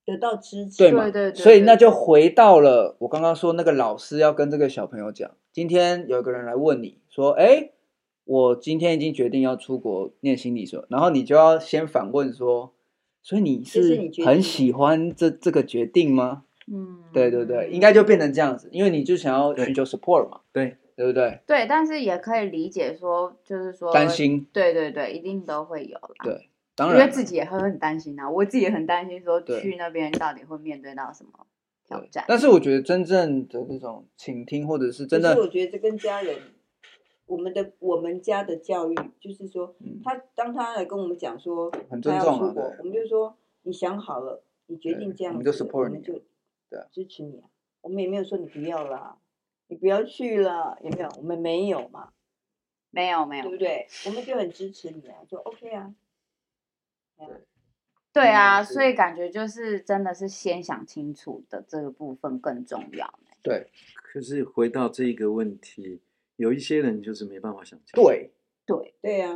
S2: 得到支持，
S1: 对嘛？
S3: 对对对
S1: 所以
S3: 对
S1: 那就回到了我刚刚说那个老师要跟这个小朋友讲，今天有一个人来问你说，哎，我今天已经决定要出国念心理所，然后你就要先反问说，所以你
S2: 这是
S1: 是
S2: 你决定
S1: 很
S2: 的
S1: 喜欢这这个决定吗？
S3: 嗯，
S1: 对对对，应该就变成这样子，因为你就想要
S4: 对
S1: 寻求 support 嘛，
S4: 对
S1: 对不对？
S3: 对，但是也可以理解说，就是说
S1: 担，心，
S3: 对对对，一定都会有啦。
S1: 对，当
S3: 因为
S1: 然
S3: 自己也会很担心啊，我自己也很担心说
S1: 对
S3: 去那边到底会面对到什么挑战。
S1: 但是我觉得真正的那种倾听，或者是真
S2: 可是我
S1: 的，
S2: 觉得这跟家人，我们的我们家的教育就是说，
S1: 嗯，
S2: 他当他来跟我们讲说
S1: 很
S2: 他
S1: 尊
S2: 要
S1: 重
S2: 出
S1: 啊
S2: 国
S1: 对，
S2: 我们就说你想好了，你决
S1: 对
S2: 定这
S1: 我
S2: 样
S1: 们
S2: 子
S1: 就
S2: 了，
S1: support
S2: 我们
S1: 你
S2: 就
S1: 对啊
S2: 支持你啊。我们也没有说你不要啦，你不要去了，有没有？我们没有嘛，
S3: 没有没有
S2: 对，不对？我们就很支持你啊，就 OK 啊。
S3: 对啊，
S1: 嗯是
S3: 所以感觉就是真的是先想清楚的这个部分更重要。
S1: 对
S4: 可是回到这个问题，有一些人就是没办法想清楚，
S1: 对
S3: 对，
S2: 对啊，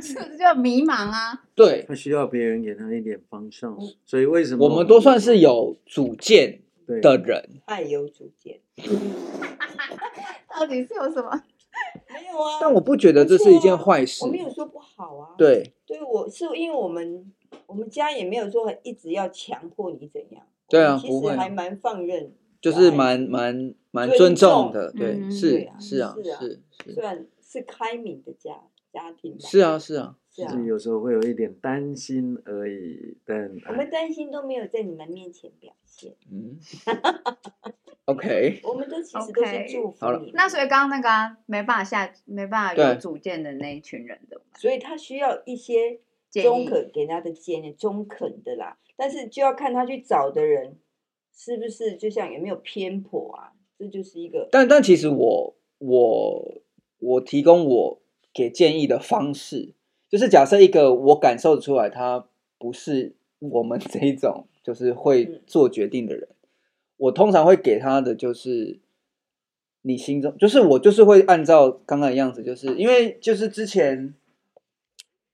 S3: 是不是就迷茫啊？
S1: 对，
S4: 他需要别人给他一点方向。
S2: 嗯
S4: 所以为什么
S1: 我们都算是有主见
S4: 对
S1: 的人，
S2: 爱有主见。
S3: 到底是有什么？
S2: 没有啊，
S1: 但我不觉得这是一件坏事
S2: 我。没有说不好啊。，
S1: 对
S2: 对我是因为我们我们家也没有说一直要强迫你怎样。
S1: 对
S2: 我
S1: 啊，
S2: 们
S1: 不
S2: 其实
S1: 会
S2: 还
S1: 啊，
S2: 蛮放任，啊
S1: 就是蛮蛮蛮尊
S2: 尊
S1: 重
S2: 重
S1: 的，
S3: 嗯
S1: 对，
S2: 对
S1: 是
S2: 啊
S1: 是啊
S2: 是啊
S1: 是
S2: 虽
S1: 是
S2: 然是开明的家家庭吧，
S1: 是啊是啊，
S2: 是啊
S4: 就，是有时候会有一点担心而已，但哎
S2: 我们担心都没有在你们面前表现，
S1: 嗯，OK，
S2: 我们都其实都是
S3: OK
S2: 祝福
S1: 好了
S2: 你们。
S3: 那所以刚刚那个啊、没办法下，没办法有
S1: 对
S3: 主见的那一群人的
S2: 所以他需要一些
S3: 建
S2: 中
S3: 议
S2: 肯给他的建议，中肯的啦。但是就要看他去找的人是不是就像有没有偏颇啊，这就是一个
S1: 但但其实我我我提供我给建议的方式，就是假设一个我感受得出来他不是我们这一种就是会
S2: 嗯
S1: 做决定的人，我通常会给他的就是你心中，就是我就是会按照刚刚的样子，就是因为就是之前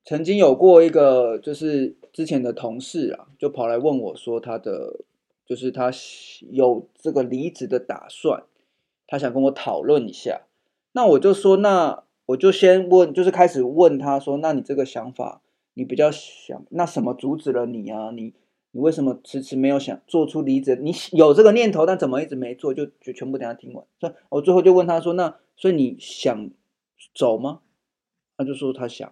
S1: 曾经有过一个就是之前的同事啊，就跑来问我说他的就是他有这个离职的打算，他想跟我讨论一下。那我就说，那我就先问，就是开始问他说，那你这个想法，你比较想，那什么阻止了你啊？你你为什么迟迟没有想做出离职？你有这个念头，但怎么一直没做？就就全部等他听完。所以我最后就问他说，那所以你想走吗？他就说他想。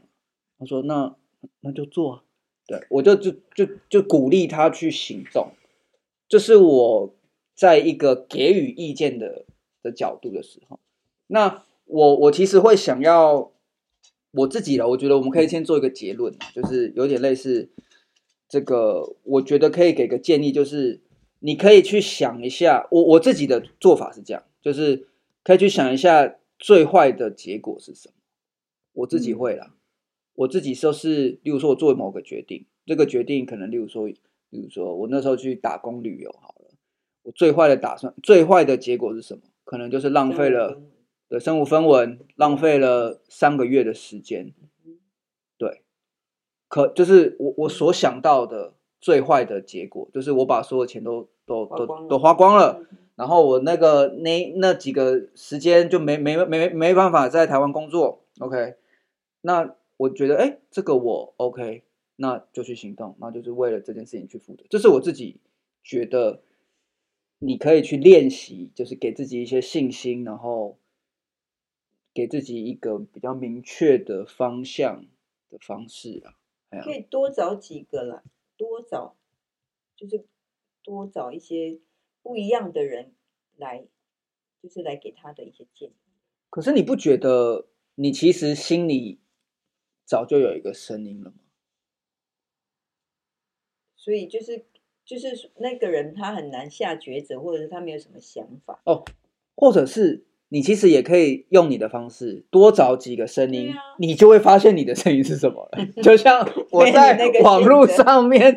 S1: 他说那那就做啊。对，我就就就就鼓励他去行动，这是我在一个给予意见的的角度的时候。那我我其实会想要我自己了，我觉得我们可以先做一个结论，就是有点类似这个，我觉得可以给个建议，就是你可以去想一下，我我自己的做法是这样，就是可以去想一下最坏的结果是什么。我自己
S4: 嗯
S1: 会啦，我自己就是，例如说我做某个决定，这个决定可能例如说，例如说我那时候去打工旅游好了，我最坏的打算，最坏的结果是什么？可能就是浪费了。对，身无分文，浪费了三个月的时间。
S2: 嗯
S1: 对，可就是我我所想到的最坏的结果，就是我把所有钱都都
S2: 花
S1: 都
S2: 光了
S1: 都花光了，
S2: 嗯
S1: 然后我那个那那几个时间就没没没没办法在台湾工作。OK，那我觉得哎，这个我 OK，那就去行动，那就是为了这件事情去负责。这是我自己觉得你可以去练习，就是给自己一些信心，然后给自己一个比较明确的方向的方式啊。哎呀
S2: 可，以多找几个啦，多找就是多找一些不一样的人来，就是来给他的一些建议。
S1: 可是你不觉得你其实心里早就有一个声音了吗？
S2: 所以就是就是那个人他很难下抉择，或者是他没有什么想法。
S1: 哦，或者是你其实也可以用你的方式多找几个声音，
S2: 对啊
S1: 你就会发现你的声音是什么了。就 像我
S2: 没有
S1: 在
S2: 那个
S1: 网
S2: 选
S1: 络
S2: 择
S1: 上面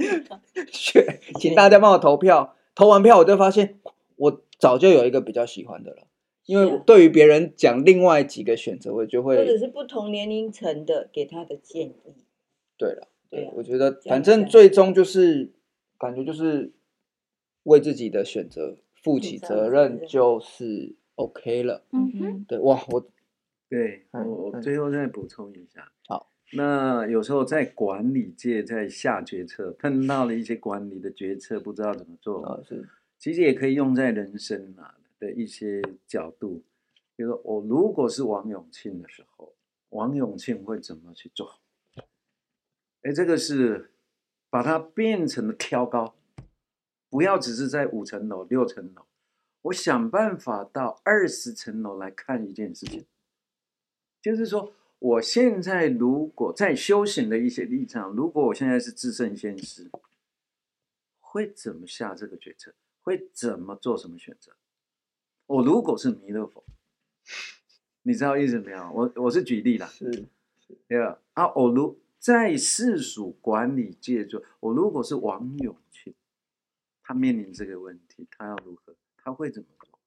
S1: 选，请大家帮我投票，投完票我就发现我早就有一个比较喜欢的了，因为
S2: 是啊
S1: 对于别人讲另外几个选择，我就
S2: 或者
S1: 会
S2: 是不同年龄层的给他的建议。
S1: 对了，
S2: 对啊
S1: 我觉得
S2: 这
S1: 反
S2: 样
S1: 正
S2: 子
S1: 最终就是感觉就是为自己的选择负
S2: 负
S1: 起
S2: 责
S1: 责
S2: 责
S1: 任
S2: 任
S1: 就是 OK 了。
S3: 嗯哼，
S2: 嗯
S1: 对，哇，我
S4: 对，
S1: 嗯
S4: 我我
S1: 嗯
S4: 最后再补充一下。
S1: 好，
S4: 那有时候在管理界在下决策，碰到了一些管理的决策，不知道怎么做，
S1: 啊是
S4: 其实也可以用在人生啊的一些角度。比如说，我如果是王永庆的时候，王永庆会怎么去做？哎，这个是把它变成了挑高，不要只是在五层楼、六层楼，我想办法到二十层楼来看一件事情。就是说，我现在如果在修行的一些立场，如果我现在是至圣先师，会怎么下这个决策？会怎么做什么选择？我如果是弥勒佛，你知道意思没有？我我是举例啦，
S1: 是
S4: 对吧？啊，我如在世俗管理界中，我如果是王永庆，他面临这个问题，他要如何？他会怎么做？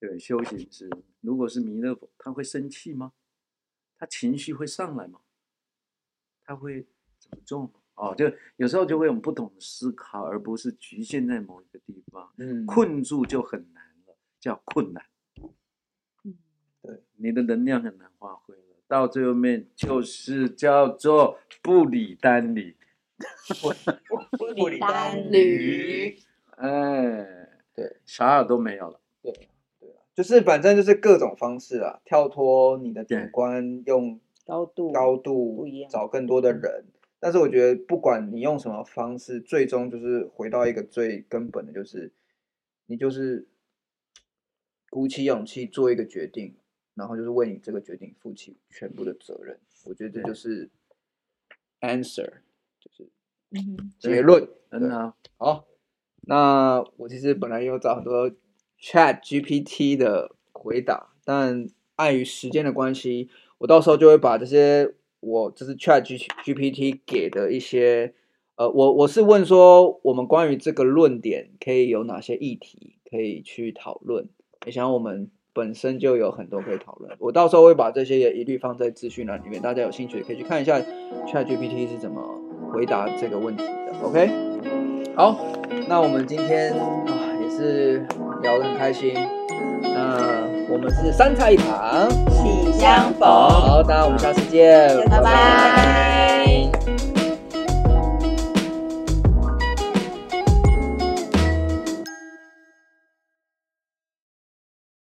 S4: 对，修行师，如果是弥勒佛，他会生气吗？他情绪会上来吗？他会怎么做吗？哦，就有时候就会有不同的思考，而不是局限在某一个地方。
S1: 嗯
S4: 困住就很难了，叫困难。
S3: 嗯，
S1: 对，
S4: 你的能量很难发挥了，到最后面就是叫做不理单理。
S2: 不
S1: 不理
S2: 理
S1: 单
S2: 单
S3: 旅，
S4: 哎，
S1: 对，
S4: 啥都没有了。
S1: 就是反正就是各种方式啦，跳脱你的主
S4: 对
S1: 观，用
S2: 高度
S1: 高度
S2: 不一样嗯
S1: 找更多的人。但是我觉得，不管你用什么方式，最终就是回到一个最根本的，就是你就是鼓起勇气做一个决定，然后就是为你这个决定负起全部的责任。我觉得这
S4: 对
S1: 就是 answer，就是
S3: 嗯哼，
S1: 结论。对
S4: 很好，
S1: 好，那我其实本来有找很多 Chat GPT 的回答，但碍于时间的关系，我到时候就会把这些我就是 Chat G GPT 给的一些，呃，我我是问说我们关于这个论点可以有哪些议题可以去讨论，没想到我们。本身就有很多可以讨论，我到时候会把这些也一律放在资讯栏里面，大家有兴趣也可以去看一下 ChatGPT 是怎么回答这个问题的。OK，好，那我们今天啊也是聊得很开心。那我们是三菜一汤，
S2: 喜相逢，
S1: 好，大家我们下次见，
S2: 拜拜。